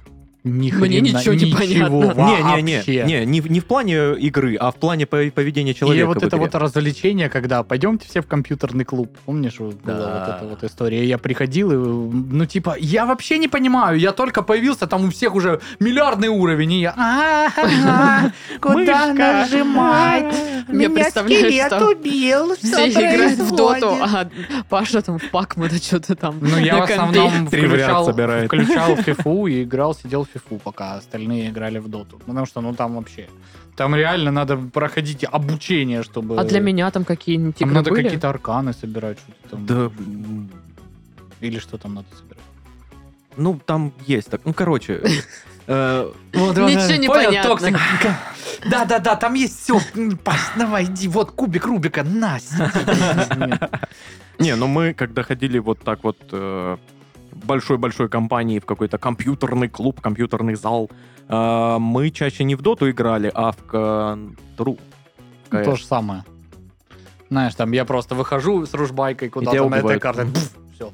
Мне Ни хрена, ничего не понятно. не, не, вообще. не, не, не, в- не в плане игры, а в плане пов- поведения человека. Или вот в это игре. вот развлечение, когда пойдемте все в компьютерный клуб. Помнишь, вот была Да. вот эта вот история? Я приходил, и, ну, типа, я вообще не понимаю, я только появился, там у всех уже миллиардный уровень, и я... [laughs] «А-а-а, Куда Мышка. нажимать? Я Меня представляю, скелет что убил. что Все играют в доту, происходит?» а Паша там в пакмана [laughs] что-то там. Ну, я на в компе. основном Три в ряд включал, собирает. включал фифу и играл, сидел в фифу, пока остальные играли в доту. Потому что, ну, там вообще... Там реально надо проходить обучение, чтобы... А для меня там какие-нибудь Там игры надо были? А какие-то арканы собирать, что-то там. Да, м, Или что там надо собирать. ну там есть так. Ну короче, [laughs] э, Ничего не понятно. Да-да-да, там есть все. давай, иди, вот кубик Рубика, на, Не, ну мы когда ходили вот так вот э, большой-большой компании в какой-то компьютерный клуб, компьютерный зал, э, мы чаще не в доту играли, а в контру. Конечно. То же самое. Знаешь, там я просто выхожу с ружбайкой тебя куда-то на этой убивают. карте, все.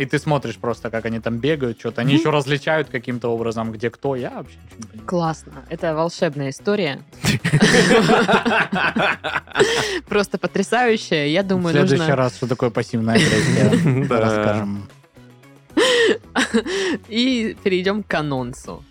И ты смотришь просто, как они там бегают, что-то. Они еще различают каким-то образом, где кто. Я вообще ничего не понимаю. Классно. Это волшебная [laughs] история. Просто потрясающая. Я в думаю, следующий нужно... раз, что такое пассивная агрессия, [laughs] [laughs] Да. расскажем. И перейдем к анонсу.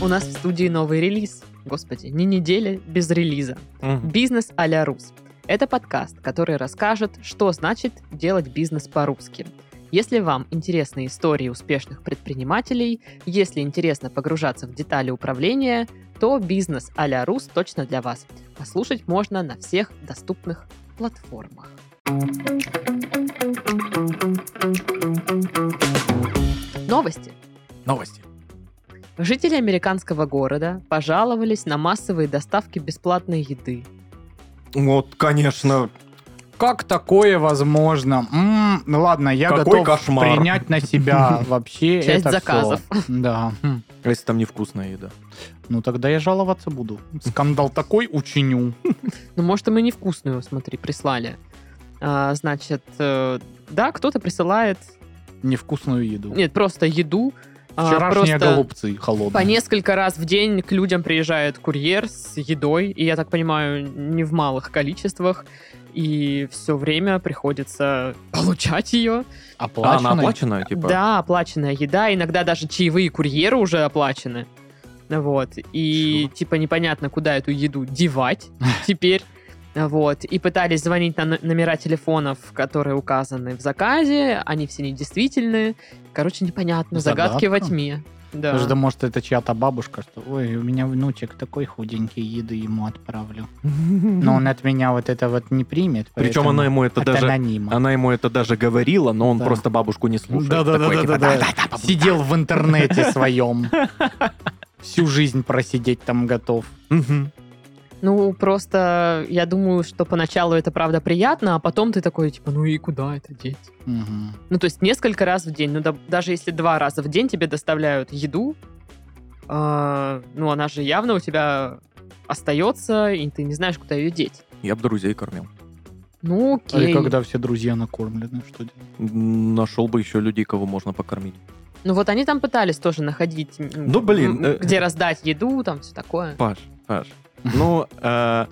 У нас в студии новый релиз. Господи, не неделя без релиза. Мгм. «Бизнес а-ля Рус». Это подкаст, который расскажет, что значит делать бизнес по-русски. Если вам интересны истории успешных предпринимателей, если интересно погружаться в детали управления, то «Бизнес а-ля Рус» точно для вас. Послушать можно на всех доступных платформах. Новости. Новости. Жители американского города пожаловались на массовые доставки бесплатной еды. Вот, конечно. Как такое возможно? М, ну ладно, я Какой готов кошмар. принять на [laughs] себя вообще Часть это всё. заказов. Да. Хм. М. А Если там невкусная еда. Ну тогда я жаловаться буду. Скандал такой учиню. Ну, может, им и невкусную, смотри, прислали. А, значит, э, да, кто-то присылает, Невкусную еду. нет, просто еду. а, Вчерашние просто голубцы По холодные. несколько раз в день к людям приезжает курьер с едой, и, я так понимаю, не в малых количествах, и все время приходится получать ее. А, она Оплаченные? оплаченная, типа? Да, оплаченная еда, иногда даже чаевые курьеры уже оплачены. Вот. И Чего? типа непонятно, куда эту еду девать [laughs] теперь. Вот. И пытались звонить на н- номера телефонов, которые указаны в заказе. Они все недействительны. Короче, непонятно. Загадки во Загадка. тьме. Да. Потому что, может, это чья-то бабушка, что «Ой, у меня внучек такой худенький, еды ему отправлю». Но он от меня вот это вот не примет. Причем поэтому она ему Ну, это от даже... анонима. Она ему это даже говорила, но он Да. просто бабушку не слушает. Такой, типа, Да-да-да. Сидел в интернете своем. Всю жизнь просидеть там готов. Мгм. Ну, просто я думаю, что поначалу это, правда, приятно, а потом ты такой, типа, ну и куда это деть? Мгм. Ну, то есть несколько раз в день. Ну, да- даже если два раза в день тебе доставляют еду, а, ну, она же явно у тебя остается, и ты не знаешь, куда ее деть. Я бы друзей кормил. Ну, А и окей. когда все друзья накормлены, что делать? М, Нашел бы еще людей, кого можно покормить. Ну, вот они там пытались тоже находить, м, Ну, м, блин, э. где раздать еду, там все такое. Паш, [laughs] Паш, ну, э,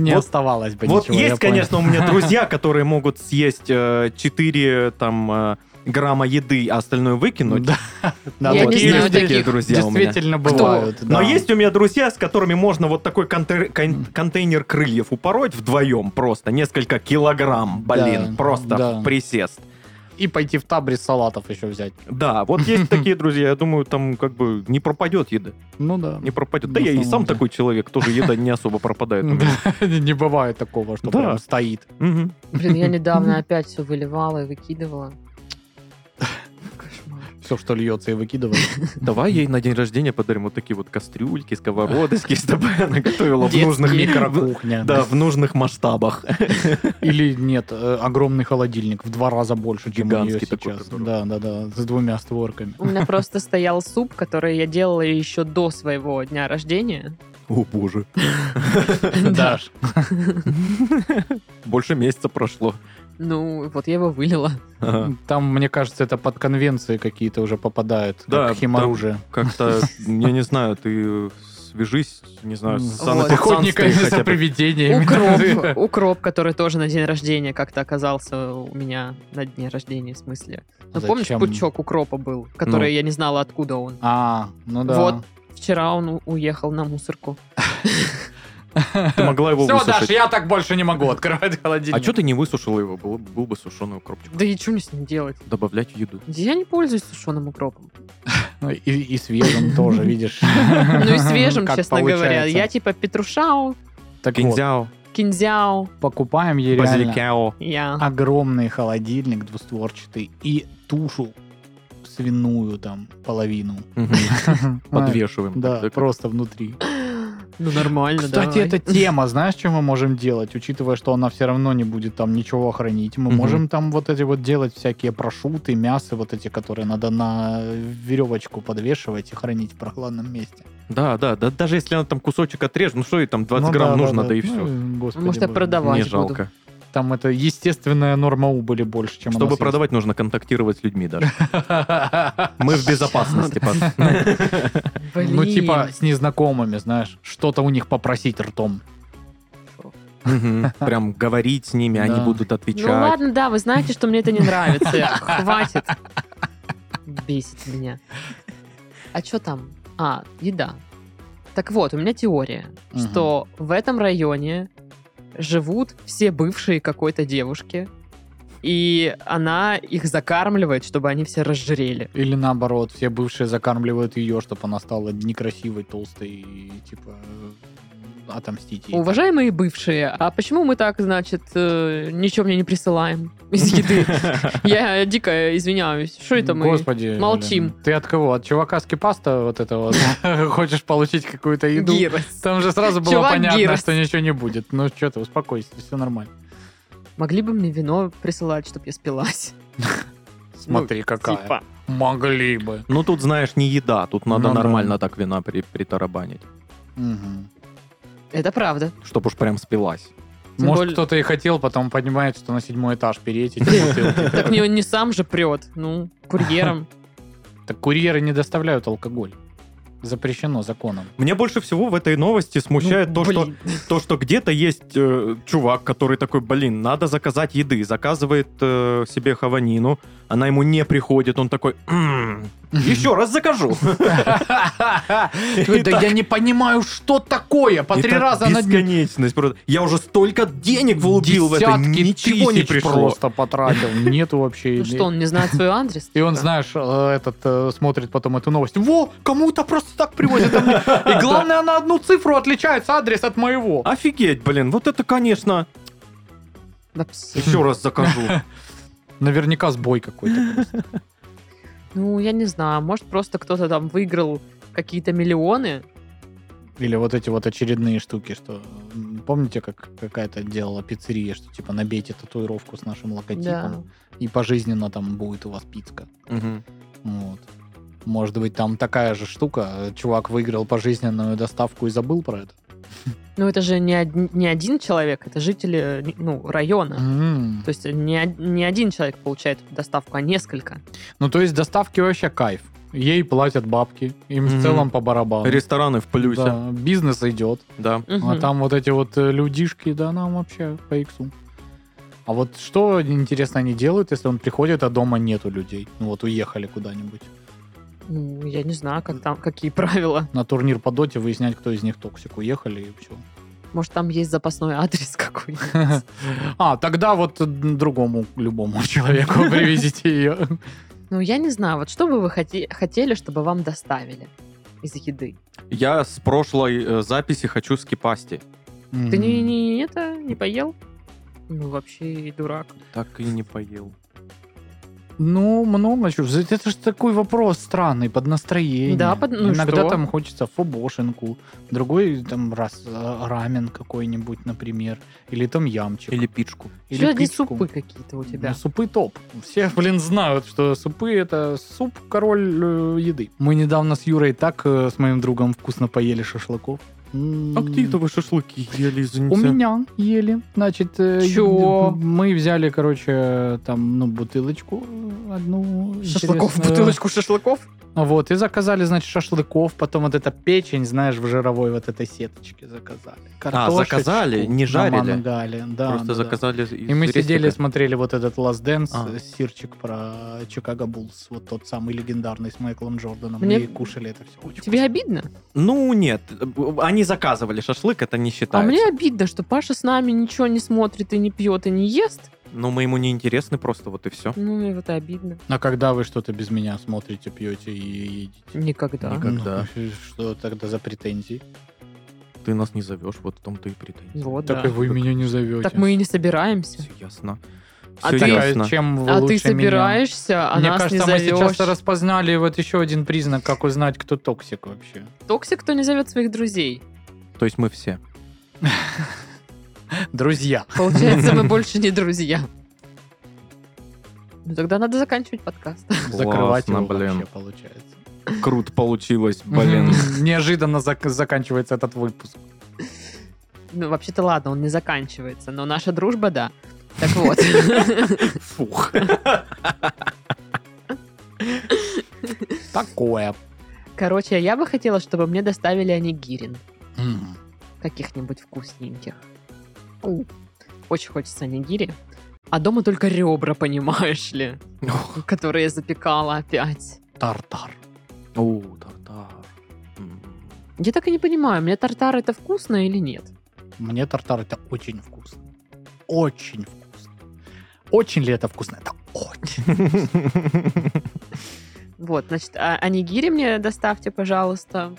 Не Вот- оставалось бы Вот типа, ничего. я есть, понял. конечно, у меня [laughs] друзья, которые могут съесть 4 там э, грамма еды, а остальное выкинуть. Ну [laughs] Да, да, Я вот не есть такие, знаю есть такие таких. друзья у меня. Действительно бывают. Но да. есть у меня друзья, с которыми можно вот такой контер- кон- контейнер крыльев упороть вдвоем просто, несколько килограмм, блин, Да, ну просто да. в присест. И пойти в табрис салатов еще взять. Да, вот [laughs] есть такие друзья, я думаю, там как бы не пропадет еда, Ну да. не пропадет. Да На я и самом сам деле. такой человек, тоже еда не особо пропадает [laughs] у меня. Да, Не бывает такого, что Да. прям стоит. Мгм. Блин, я недавно опять все выливала и выкидывала. Кошмар. Все, что льется и выкидывает. [laughs] Давай ей на день рождения подарим вот такие вот кастрюльки, сковородочки, [laughs] чтобы она готовила в Детские. нужных микро... Микрокухня. Да, в нужных масштабах. [laughs] Или нет, э, огромный холодильник в два раза больше, чем у нее Гигантский такой, сейчас. который- Да, да, да, с [laughs] двумя створками. У меня просто стоял суп, который я делала еще до своего дня рождения. О боже, Да. Даш. больше месяца прошло. Ну, вот я его вылила. Ага. Там, мне кажется, это под конвенции какие-то уже попадают. Да, Как химоружие. Как-то, я не знаю, ты свяжись, не знаю, с Вот. санэпидстанцией Охотниками хотя за бы. привидениями. Укроп, укроп, который тоже на день рождения как-то оказался у меня на дне рождения, в смысле. Ну, помнишь, Зачем? пучок укропа был, Ну. который я не знала, откуда он. [laughs] А, ну да. Вот. Вчера он у- уехал на мусорку. Ты могла его Все, Даш, высушить. я так больше не могу открывать холодильник. А что ты не высушила его? Был, был бы сушеный укропчик. Да и что мне с ним делать? Добавлять в еду. Я не пользуюсь сушеным укропом. Ну, и, и свежим тоже, видишь. [laughs] Ну и свежим, Как честно говоря. получается. Я типа петрушау, Так вот, Кинзяо, кинзяу, покупаем ей реально базиликяо. А, я. огромный холодильник двустворчатый и тушу свиную там половину. Мгм. Подвешиваем. Да, Так, просто внутри. Ну нормально, Кстати, давай. эта тема, знаешь, что мы можем делать, учитывая, что она все равно не будет там ничего хранить. Мы Мгм. можем там вот эти вот делать всякие прошуты, мясо, вот эти, которые надо на веревочку подвешивать и хранить в прохладном месте. Да, да, да, даже если она там кусочек отрежет, ну что ей там 20 Ну грамм да, нужно, да, и Ну, все. господи Может, я боже. продавать Не буду. жалко. Там это естественная норма убыли больше, чем у Чтобы нас продавать, нужно контактировать с людьми даже. есть. Мы в безопасности, пап. Блин. [laughs] Ну, типа, с незнакомыми, знаешь, что-то у них попросить ртом. Мгм. Прям говорить с ними, они Да. будут Ну отвечать. ладно, да, вы знаете, что мне это не [laughs] нравится. Хватит. Бесит меня. А что там? А, еда. Так вот, у меня теория, Мгм. что в этом районе живут все бывшие какой-то девушки, и она их закармливает, чтобы они все разжирели. Или наоборот, все бывшие закармливают ее, чтобы она стала некрасивой, толстой и, типа, э, отомстить ей. Уважаемые бывшие, а почему мы так, значит, э, ничего мне не присылаем из [laughs] еды? Я дико извиняюсь. Что это мы? Господи, молчим? блин. Ты от кого? От чувака с кипаста вот [laughs] этого? Хочешь получить какую-то еду? Гирос. Там же сразу было Чувак понятно, гирос. что ничего не будет. Ну что ты, успокойся, все нормально. Могли бы мне вино присылать, чтобы я [laughs] спилась. Смотри, типа. какая. Могли бы. Ну тут, знаешь, не еда, тут надо Ну да. нормально так вина при- притарабанить, Мгм. Это правда. чтобы уж прям спилась. Тем Может, более- кто-то и хотел, потом понимает, что на седьмой этаж [laughs] переедь эти бутылки. Так не, не сам же прет. Ну, [laughs] курьером. Так курьеры не доставляют алкоголь. Запрещено законом. Меня больше всего в этой новости смущает Ну, то, что блин. То, что где-то есть э, чувак, который такой, блин, надо заказать еды, заказывает э, себе хаванину, она ему не приходит, он такой, «М, [laughs] еще раз закажу. И [laughs] Да так- я не понимаю, что такое. По и три так раза на день. бесконечность. просто. Я уже столько денег влупил в это, ничего не пришло. просто [laughs] потратил. Нет вообще. Ну что, он не знает свой адрес? [laughs] И он, знаешь, э, этот э, смотрит потом эту новость. Во, кому-то просто так [laughs] привозят. а мне- И главное, она одну цифру отличается, адрес от моего. Офигеть, блин, вот это, конечно, Вообще. еще раз закажу. Наверняка сбой какой-то. просто. Ну, я не знаю. Может, просто кто-то там выиграл какие-то миллионы? Или вот эти вот очередные штуки, что м, помните, как какая-то делала пиццерия, что типа набейте татуировку с нашим Да. логотипом, и пожизненно там будет у вас пицка. [laughs] Мгм. Вот. Может быть, там такая же штука. Чувак выиграл пожизненную доставку и забыл про это. Ну, это же не, од- не один человек, это жители э, не- ну, района. М. То есть не, од- не один человек получает эту доставку, а несколько. Ну, то есть доставки вообще кайф. Ей платят бабки, им Мгм. в целом по барабану. Рестораны в плюсе, Да, бизнес идет. да. Мгм. А там вот эти вот э, людишки, да, нам вообще по иксу. А вот что, интересно, они делают, если он приходит, а дома нету людей? Ну вот уехали куда-нибудь. Ну, я не знаю, как там, какие правила. На турнир по доте выяснять, кто из них токсик. Уехали и все. Может, там есть запасной адрес [laughs] какой-нибудь. [laughs] А, тогда вот э, другому [laughs] любому [laughs] человеку привезите ее. Ну, я не знаю, вот что бы вы хоте- хотели, чтобы вам доставили из еды? Я с прошлой э, записи хочу скипасти. Ты не, не это не поел? Ну, вообще дурак. Так и не поел. Ну, много чего. За- Это же такой вопрос странный, под настроение. Да, под- ну и Иногда что? там хочется фобошинку, другой там раз э, рамен какой-нибудь, например, или там ямчик. Или пичку. или Чё одни пичку. супы какие-то у тебя? Ну, супы топ. Все, блин, знают, что супы — это суп король э, еды. Мы недавно с Юрой так э, с моим другом вкусно поели шашлыков. М, А где это вы шашлыки ели, извините? У меня ели. Значит, э, Чё? мы взяли, короче, там, ну, бутылочку одну. Шашлыков, интересную. бутылочку шашлыков. Вот, и заказали, значит, шашлыков, потом вот эта печень, знаешь, в жировой вот этой сеточке заказали. А, заказали, не на жарили? мангале, да. Просто да, да. заказали из И мы рестика. сидели, смотрели вот этот Last Dance, А. э, сирчик про Чикаго Буллс, вот тот самый легендарный с Майклом Джорданом, Мне- и кушали это Типа, все. Очень Тебе вкусно. обидно? Ну, нет. Они заказывали шашлык, это не А считается. мне типа. обидно, что Паша с нами ничего не смотрит и не пьет и не ест. Ну, мы ему не интересны просто, вот и все. Ну, и вот обидно. А когда вы что-то без меня смотрите, пьете и едите? Никогда. Никогда. Что тогда за претензии? Ты нас не зовешь, вот в том-то и претензия. Вот, Так да. и вы Так- меня не зовете. Так мы и не собираемся. Все ясно. А Все ты- ясно. чем вы А лучше ты меня? собираешься, а Мне нас не кажется, мы сейчас зовешь. распознали вот еще один признак, как узнать, кто токсик вообще. Токсик, кто не зовет своих друзей. То есть мы все. Друзья. Получается, [laughs] мы больше не друзья. Ну, тогда надо заканчивать подкаст. Закрывать Классно, его блин. вообще получается. Круто получилось, блин. Мгм. Неожиданно зак- заканчивается этот выпуск. Ну, вообще-то ладно, он не заканчивается, но наша дружба, да. Так [laughs] вот. Фух. Такое. Короче, я бы хотела, чтобы мне доставили анигирин. Мгм. Каких-нибудь вкусненьких. У, Очень хочется анигири. А дома только ребра, понимаешь ли, которые я запекала опять. Тартар. О, тартар. М. Я так и не понимаю, мне тартар это вкусно или нет? Мне тартар это очень вкусно. Очень вкусно. Очень ли это вкусно? Это очень. Вот, значит, а- анигири мне доставьте, пожалуйста.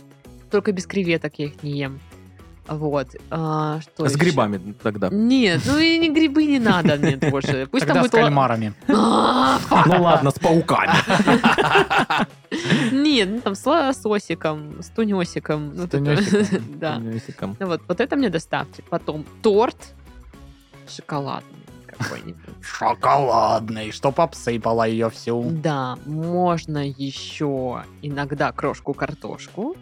Только без креветок я их не ем. Вот. а, что С ещё? грибами тогда. Нет, ну и не грибы не надо мне больше. Пусть там Тогда с будет... ла- [laughs] кальмарами. А, Ну ладно, с [laughs] пауками. Нет, ну там с лососиком, с тунесиком. ну, вот это. тунёсиком. [laughs] Да. Тунёсиком. Ну вот, вот это мне доставьте. Потом торт шоколадный какой-нибудь. Шоколадный, чтоб обсыпала ее всю. Да, можно еще иногда крошку-картошку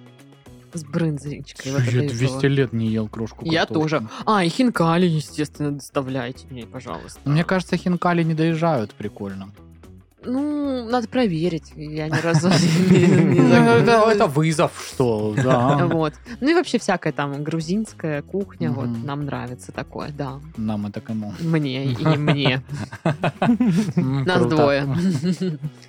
с брынзочкой. вот Я этой 200 вот. лет не ел кружку Я картошки. тоже. А, и хинкали, естественно, доставляйте мне, пожалуйста. Но Мне кажется, хинкали не доезжают прикольно. Ну, надо проверить. Я ни разу не- не Ну, Это заглядывала. это вызов, что, [laughs] [laughs] да. Вот. Ну и вообще всякая там грузинская кухня, вот Мгм. нам нравится такое, да. Нам это кому? Мне и мне. М, Нас круто. [laughs] двое.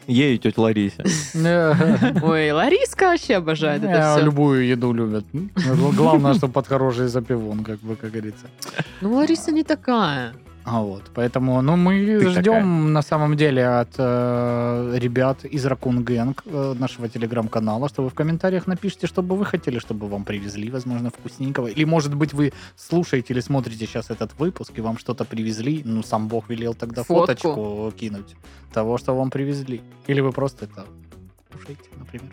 Ей и тетя Лариса. Э, Ой, Лариска вообще обожает это э, все. Любую еду любят. Гла- Главное, чтобы под хороший запивон, как бы, как говорится. Ну, Лариса не такая. А вот, поэтому, ну, мы Ты ждем такая. на самом деле от э, ребят из Raccoon Gang, э, нашего телеграм-канала, что вы в комментариях напишите, что бы вы хотели, чтобы вам привезли, возможно, вкусненького. Или, может быть, вы слушаете или смотрите сейчас этот выпуск, и вам что-то привезли, ну, сам Бог велел тогда Фотку. фоточку кинуть того, что вам привезли. Или вы просто это кушаете, например.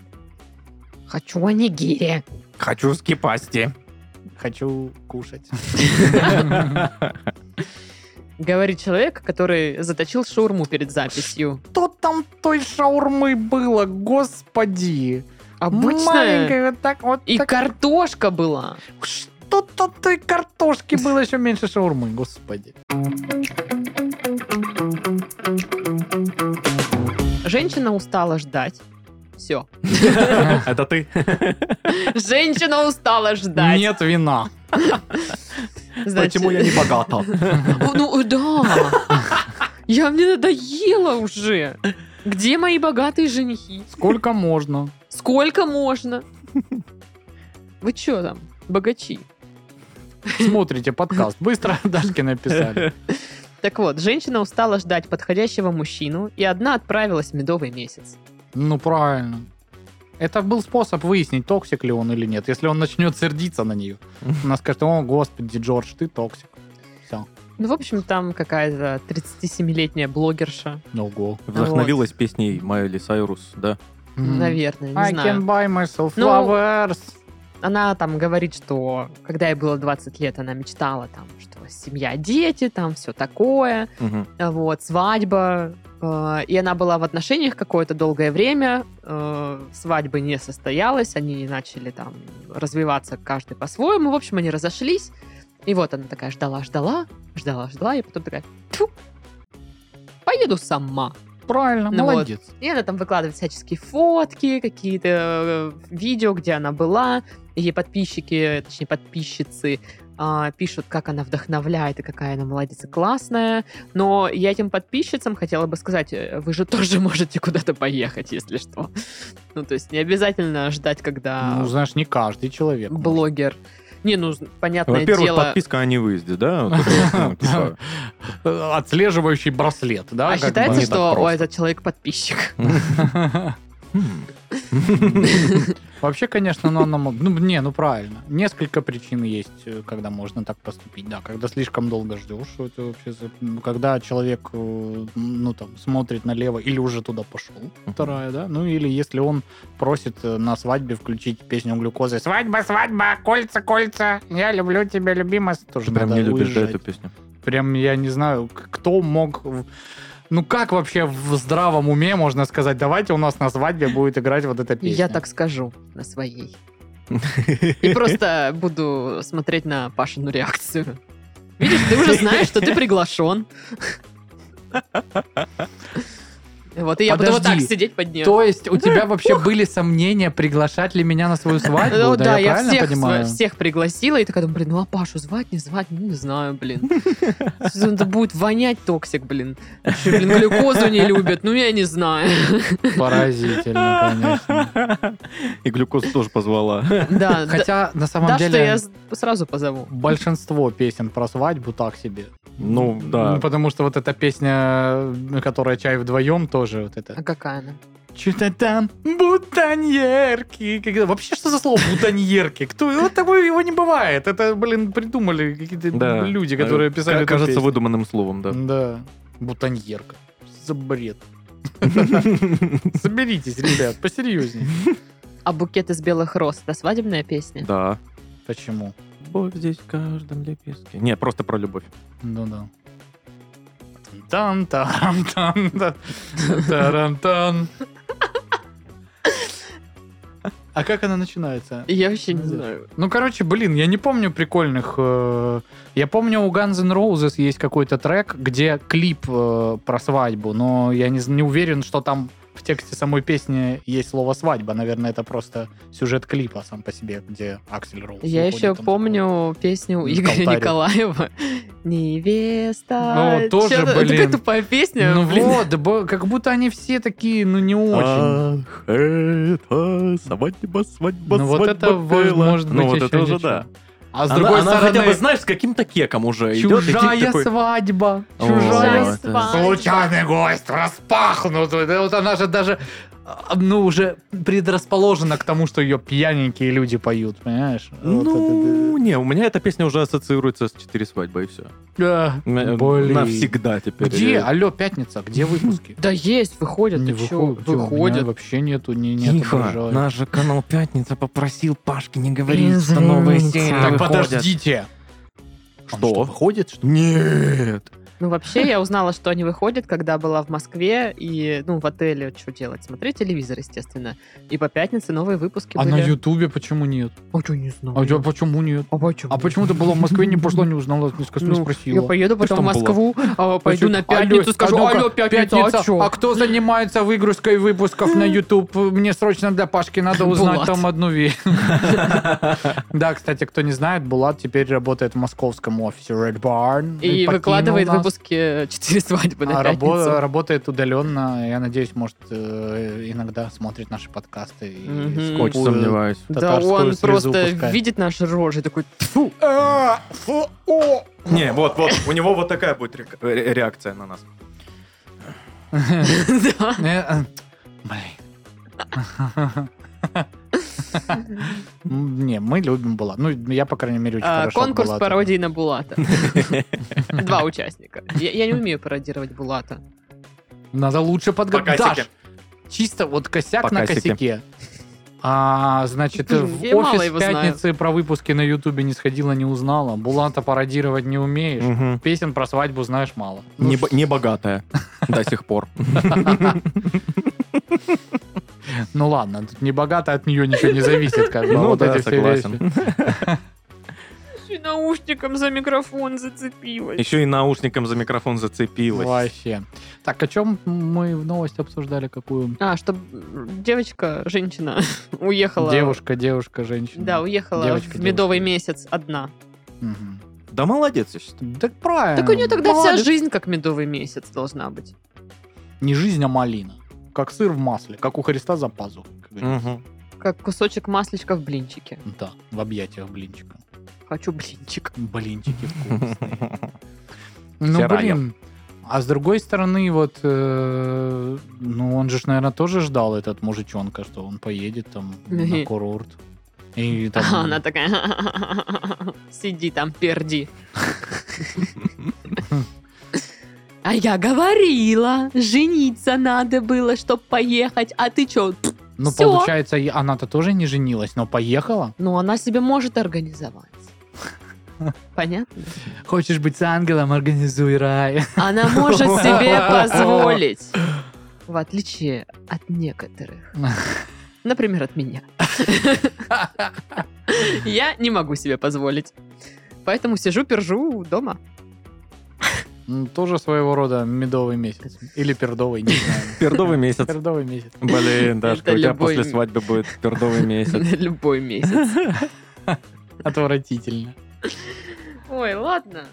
Хочу анигири. Хочу скипасти. Хочу [laughs] кушать. Говорит человек, который заточил шаурму перед записью. Что там той шаурмы было, господи? Обычная. вот так вот. И картошка была. Что-то той картошки было еще меньше шаурмы, господи. Женщина устала ждать. Все. Это ты? [laughs] Женщина устала ждать. Нет вина. Значит- Почему я не [laughs] богата? О, Ну, э, да. Я мне надоела уже. Где мои богатые женихи? Сколько можно? Сколько можно? Вы чё там, богачи? Смотрите подкаст. Быстро [laughs] Дашке написали. Так вот, женщина устала ждать подходящего мужчину, и одна отправилась в медовый месяц. Ну, правильно. Это был способ выяснить, токсик ли он или нет. Если он начнет сердиться на нее, она скажет, о, господи, Джордж, ты токсик. Все. Ну, в общем, там какая-то 37-летняя блогерша, Ого. Вдохновилась песней Майли Сайрус, да? М. наверное, не I знаю. can buy myself Ну, flowers. Она там говорит, что когда ей было 20 лет, она мечтала там, что семья, дети, там все такое. Мгм. вот, свадьба. э, И она была в отношениях какое-то долгое время, э, свадьбы не состоялась, они не начали там э, развиваться каждый по-своему. В общем, они разошлись. И вот она такая ждала-ждала, ждала-ждала, и потом такая, «Тьфу, поеду сама. Правильно, Ну вот. молодец. И она там выкладывает всяческие фотки, какие-то э, видео, где она была. И Ей подписчики, точнее подписчицы а, пишут, как она вдохновляет и какая она молодец и классная. Но я этим подписчицам хотела бы сказать, э, вы же [laughs] тоже можете куда-то поехать, если что. Ну, то есть не обязательно ждать, когда Ну, знаешь, не каждый человек. может. блогер... Не, ну, понятное Во-первых, дело... подписка о невыезде, да? Вот это вот, ну, типа, Э, Отслеживающий браслет, да? а как бы. считается, Не что так о, просто. этот человек подписчик. «Хм, Вообще, конечно, но она... мог- Ну, не, ну правильно. Несколько причин есть, э, когда можно так поступить. Да, когда слишком долго ждешь, это вообще... за- ну, Когда человек, э, ну, там, смотрит налево или уже туда пошел, вторая, да? Ну, или если он просит э, на свадьбе включить песню глюкозы «Свадьба, свадьба, кольца, кольца, я люблю тебя, любимая». Тоже Ты прям надо не любишь да, уезжать. эту песню. Прям я не знаю, к- кто мог... в- Ну как вообще в здравом уме можно сказать, давайте у нас на свадьбе будет играть вот эта песня? Я так скажу на своей. [laughs] И просто буду смотреть на Пашину реакцию. Видишь, ты уже знаешь, что ты приглашен. Вот, и я буду вот так Подожди, сидеть под нее. То есть у тебя вообще были сомнения, приглашать ли меня [laughs] на свою свадьбу? Ну да, я правильно всех, понимаю? сва- всех пригласила, и такая думаю, блин, ну а Пашу звать, не звать, ну не знаю, блин. Это будет вонять токсик, блин. Еще, блин, глюкозу не любят, ну я не знаю. [laughs] Поразительно, Ну, конечно. [laughs] И глюкозу тоже позвала. [laughs] Да, да, Хотя на самом да, что деле я с- сразу позову. большинство песен про свадьбу так себе. Ну, да. Ну, потому что вот эта песня, э, которая «Чай вдвоем» тоже вот это. А какая она? Что-то там бутоньерки. Как- Вообще, что за слово бутоньерки? Кто? Вот такое его не бывает. Это, блин, придумали [laughs] какие-то Да. Ну, люди, которые Э, писали ка- эту Кажется, песню. выдуманным словом, да. Да. Бутоньерка. [laughs] За бред. Соберитесь, ребят, посерьезнее. А букет из белых роз это свадебная песня? Да. Почему? Любовь здесь в каждом лепестке. Не, просто про любовь. Ну да. Там, там, там, там, там. А как она начинается? Я вообще не Ну да. знаю. Ну, короче, блин, я не помню прикольных. э, Я помню, у Guns N' Roses есть какой-то трек, где клип э, про свадьбу, но я не, з- не уверен, что там в тексте самой песни есть слово свадьба. Наверное, это просто сюжет клипа сам по себе, где Аксель Роуз. Я выходит еще там помню песню к Игоря алтарю. Николаева. Невеста. Ну, тоже, Чё-то- блин. Такая тупая такой. песня. Ну блин. вот, да бо- как будто они все такие, ну не А, очень. Ах, это свадьба, свадьба, Ну вот это, во- была. может быть, Ну вот ещё это уже ничего. да. А с Она- другой она стороны, хотя бы, знаешь, с каким-то кеком уже идет. и тип чужая такой, свадьба, «О, чужая это- свадьба». Случайный гость распахнут. Это вот она же даже, а, ну, уже предрасположена к тому, что ее пьяненькие люди поют, понимаешь? Вот Ну, не, у меня эта песня уже ассоциируется с четыре свадьбы, и все. это- да. Блин. э, Навсегда теперь. Э, Где? Алло, пятница, где выпуски? Да есть, выходят. Не Ты чё? выходит. Чё, у меня Выходят. вообще нету, не, не Тихо, наш же канал Пятница попросил Пашки не говорить, Извините. что новые серии Так выходят. подождите. Он Что? выходит? Что? ли? Нет. Ну, вообще, я узнала, что они выходят, когда была в Москве, и, ну, в отеле что делать? Смотреть телевизор, естественно. И по пятнице новые выпуски А на были. Ютубе почему нет? А чё не А у тебя знаю? почему нет? А почему? А почему ты была в Москве, не пошла, не узнала, не спросила? Ну, Я поеду потом в там была? Москву, а, пойду Хочу- на пятницу, Алло, скажу, а ну-ка, алло, пятница, а чё? А кто занимается выгрузкой выпусков на YouTube? Мне срочно для Пашки надо [laughs] узнать Булат. там одну вещь. [laughs] Да, кстати, кто не знает, Булат теперь работает в московском офисе Red Barn. И покинул выкладывает нас. выпуски [laughs] «Четыре свадьбы» на А рабо- пятницу. работает удаленно. Я надеюсь, может, э, иногда смотрит наши подкасты. и Мгм. скупую- Очень сомневаюсь. Да татарскую он слезу просто пускает. видит наши рожи и такой, тьфу, А, фу, о. Не, вот, вот, у него вот такая будет рек- ре- реакция на нас. да. Э, э, Блин. М, Не, мы любим Булат. Ну, я, по крайней мере, очень А, хорошо от Конкурс Булата. пародий на [laughs] Булата. Два участника. Я я не умею пародировать Булата. Надо лучше подготовить. По косяке. чисто вот косяк По на косяке. косяке. А, значит, Блин, в я мало офис его пятницы про выпуски на Ютубе не сходила, не узнала. Булата пародировать не умеешь. Мгм. Песен про свадьбу знаешь мало. Ну, [laughs] Не бо- не богатая до сих пор. Ну ладно, тут не богато от нее ничего не зависит, как бы. а Ну вот да, эти все согласен. вещи. И наушником за микрофон зацепилась. Еще и наушником за микрофон зацепилась. Вообще. Так, о чем мы в новости обсуждали? Какую? А, что м, девочка, женщина, [laughs] уехала. Девушка, девушка, женщина. Да, уехала Девочка, в медовый месяц одна. Мгм. Да молодец, я считаю. Так правильно. Так у нее тогда Эм, Молодец. вся жизнь как медовый месяц должна быть. Не жизнь, а малина. Как сыр в масле, как у Христа за пазухой. как говорится. Мгм. Как кусочек масличка в блинчике. Да, в объятиях блинчика. Хочу блинчик. Блинчики вкусные. Ну, Вчера блин. А с другой стороны, вот, э, ну, он же, наверное, тоже ждал этот мужичонка, что он поедет там на Мгм. курорт. [laughs] И [laughs] там... А Ну Она такая, [laughs] сиди там, перди. А я говорила, жениться надо было, чтоб поехать, а ты чё? ну, всё. получается, и она-то тоже не женилась, но поехала. Ну, она себе может организовать. Понятно? Хочешь быть с ангелом, организуй рай. Она может себе позволить. В отличие от некоторых. Например, от меня. Я не могу себе позволить. Поэтому сижу, пержу дома. Ну, Тоже своего рода медовый месяц. Или пердовый, не [laughs] знаю. Пердовый месяц. [laughs] Пердовый месяц. [laughs] Блин, Дашка, Это у тебя любой- после свадьбы будет [laughs] пердовый месяц. [laughs] Любой месяц. Отвратительно. Ой, ладно.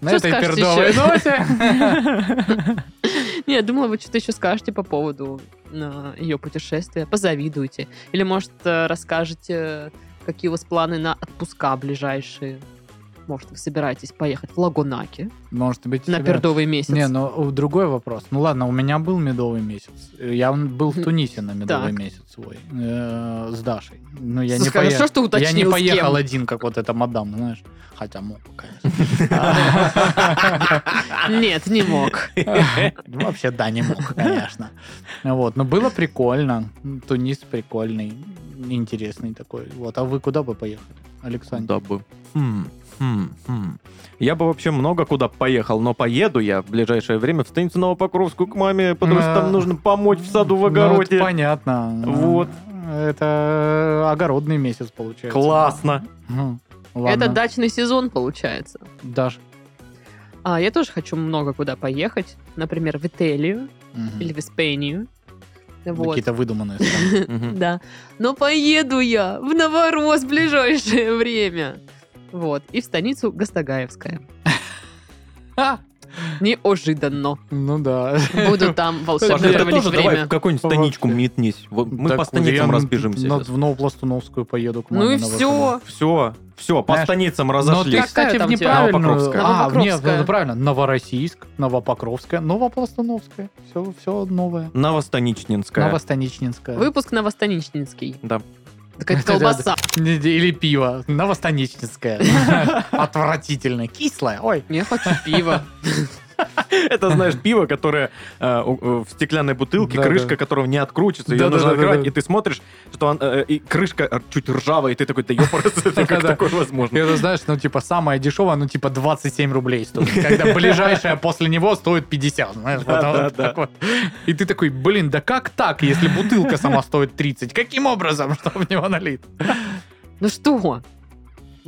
На Что этой скажете пердовой ещё? [laughs] ноте. Не, я думала, вы что-то еще скажете по поводу ее путешествия. Позавидуете. Или, может, э, расскажете, какие у вас планы на отпуска ближайшие. Может, вы собираетесь поехать в Лагунаки Может быть, на тебя- пердовый месяц. Не, ну э, другой вопрос. Ну ладно, у меня был медовый месяц. Я м, был в Мгм. Тунисе на медовый Так. месяц свой э, с Дашей. Ну я не Слушай, хорошо, поехал. что Я не уточнил, с поехал кем. один, как вот эта мадам, знаешь. Хотя мог, конечно. [laughs] А, Нет, не [laughs] мог. Ну, Вообще, да, не мог, конечно. Вот, но было прикольно. Тунис прикольный, интересный такой. Вот, а вы куда бы поехали, Александр? Да бы. Хм, хм, хм. Я бы вообще много куда поехал, но поеду я в ближайшее время в станицу Новопокровскую к маме, потому что Да. там нужно помочь в саду в Ну, это огороде. понятно. Вот. Это огородный месяц получается. [laughs] Классно. Мгм. Ладно. Это дачный сезон, получается. Даша. А, я тоже хочу много куда поехать. Например, в Италию Мгм. или в Испанию. Вот. Какие-то выдуманные страны. Мгм. Да. Но поеду я в Новорос в ближайшее [laughs] время. Вот. И в станицу Гастагаевская. Ха! Неожиданно. Ну да. [laughs] Буду там Пошли, это ты волшебствовать тоже давай время. в какую-нибудь станичку Вообще. метнись. Вот Мы Так по вот станицам я разбежимся. на- В Новопластуновскую поеду к маме. Ну и на все. Все, все, по Знаешь, станицам Но ты, разошлись. Кстати, кстати, в там тебе- неправильную... Новопокровская. А, нет, Новопокровская. ну, правильно. Новороссийск, Новопокровская, Новопластуновская. Все, все новое. Новостаничнинская. Новостаничнинская. Выпуск новостаничнинский. Да. Такая [laughs] Это да, колбаса. Не- не, Или пиво. Новостаничнинская. Отвратительное. Кислое. Ой. Я хочу пива. [laughs] Это, знаешь, пиво, которое э, у- у- в стеклянной бутылке, Да, крышка да. которого не откручится, ее Да, да, нужно да, да, открывать, да. и ты смотришь, что он, э, и крышка э, чуть ржавая, и ты такой, да ёпарас, [laughs] это как Да-да. такое возможно? Это, знаешь, ну, типа, самое дешевое, ну, типа, 27 рублей [laughs] стоит. Когда ближайшее после него стоит 50, знаешь, вот, а Да, вот да, так вот. И ты такой, блин, да как так, если бутылка сама стоит 30? Каким образом, [laughs] что в него налит? Ну что?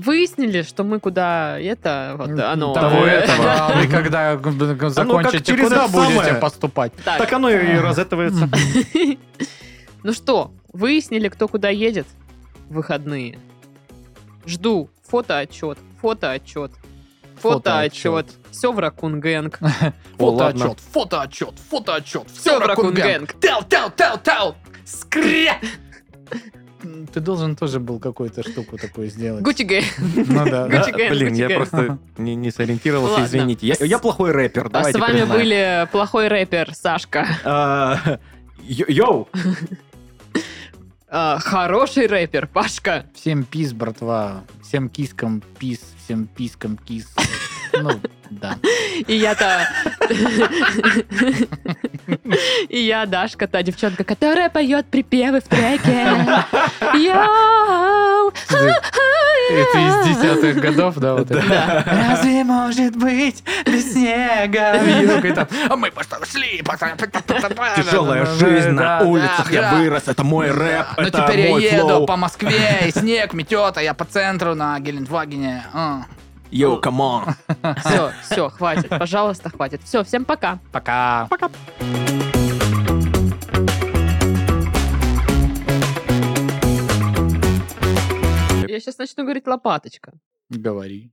Выяснили, что мы куда это, вот оно. Того Типа, э, этого. Ну, А Вы когда г- г- закончите, через куда это будете самое? поступать? так. Так оно и разэтывается. [laughs] Ну что, выяснили, кто куда едет в выходные. Жду фотоотчет, фотоотчет, фотоотчет. Все в [laughs] Ракунгэнг. О, ладно. Фотоотчет, фотоотчет, фотоотчет. Все Все в Ракунгэнг. Тел, тел, тел, тел. Скря. Ты должен тоже был какую-то штуку такую сделать. Гучиге. Ну Да, да. Гуччи Гэн, Блин, Гуччи я Гэн. просто не не сориентировался, Ладно. извините. Я- Я плохой рэпер, А с давайте вами признаем. были плохой рэпер Сашка, А, ё- Йоу! а, хороший рэпер Пашка. Всем пис, братва. Всем кискам пис, всем пискам кис. Ну, да. И я-то... [laughs] И я, Дашка, та девчонка, которая поет припевы в треке. Йоу! Это из десятых годов, да, вот это. Разве может быть без снега? вьюг?» И там, а мы пошли, Тяжелая жизнь на улицах, я вырос, это мой рэп, Ну, Но это Ну, теперь я мой еду флоу. по Москве, и снег метет, а я по центру на Гелендвагене. А. Йоу, камон. Все, все, хватит, пожалуйста, хватит. Все, всем пока. Пока. Я сейчас начну говорить лопаточка. Говори.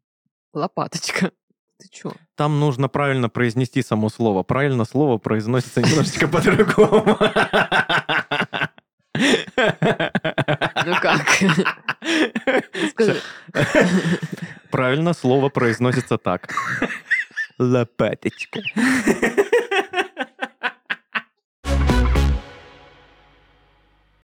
Лопаточка. Ты чё? Там нужно правильно произнести само слово. Правильно слово произносится немножечко по-другому. Ну как? [laughs] Скажи. Правильно слово произносится так. Лопаточка.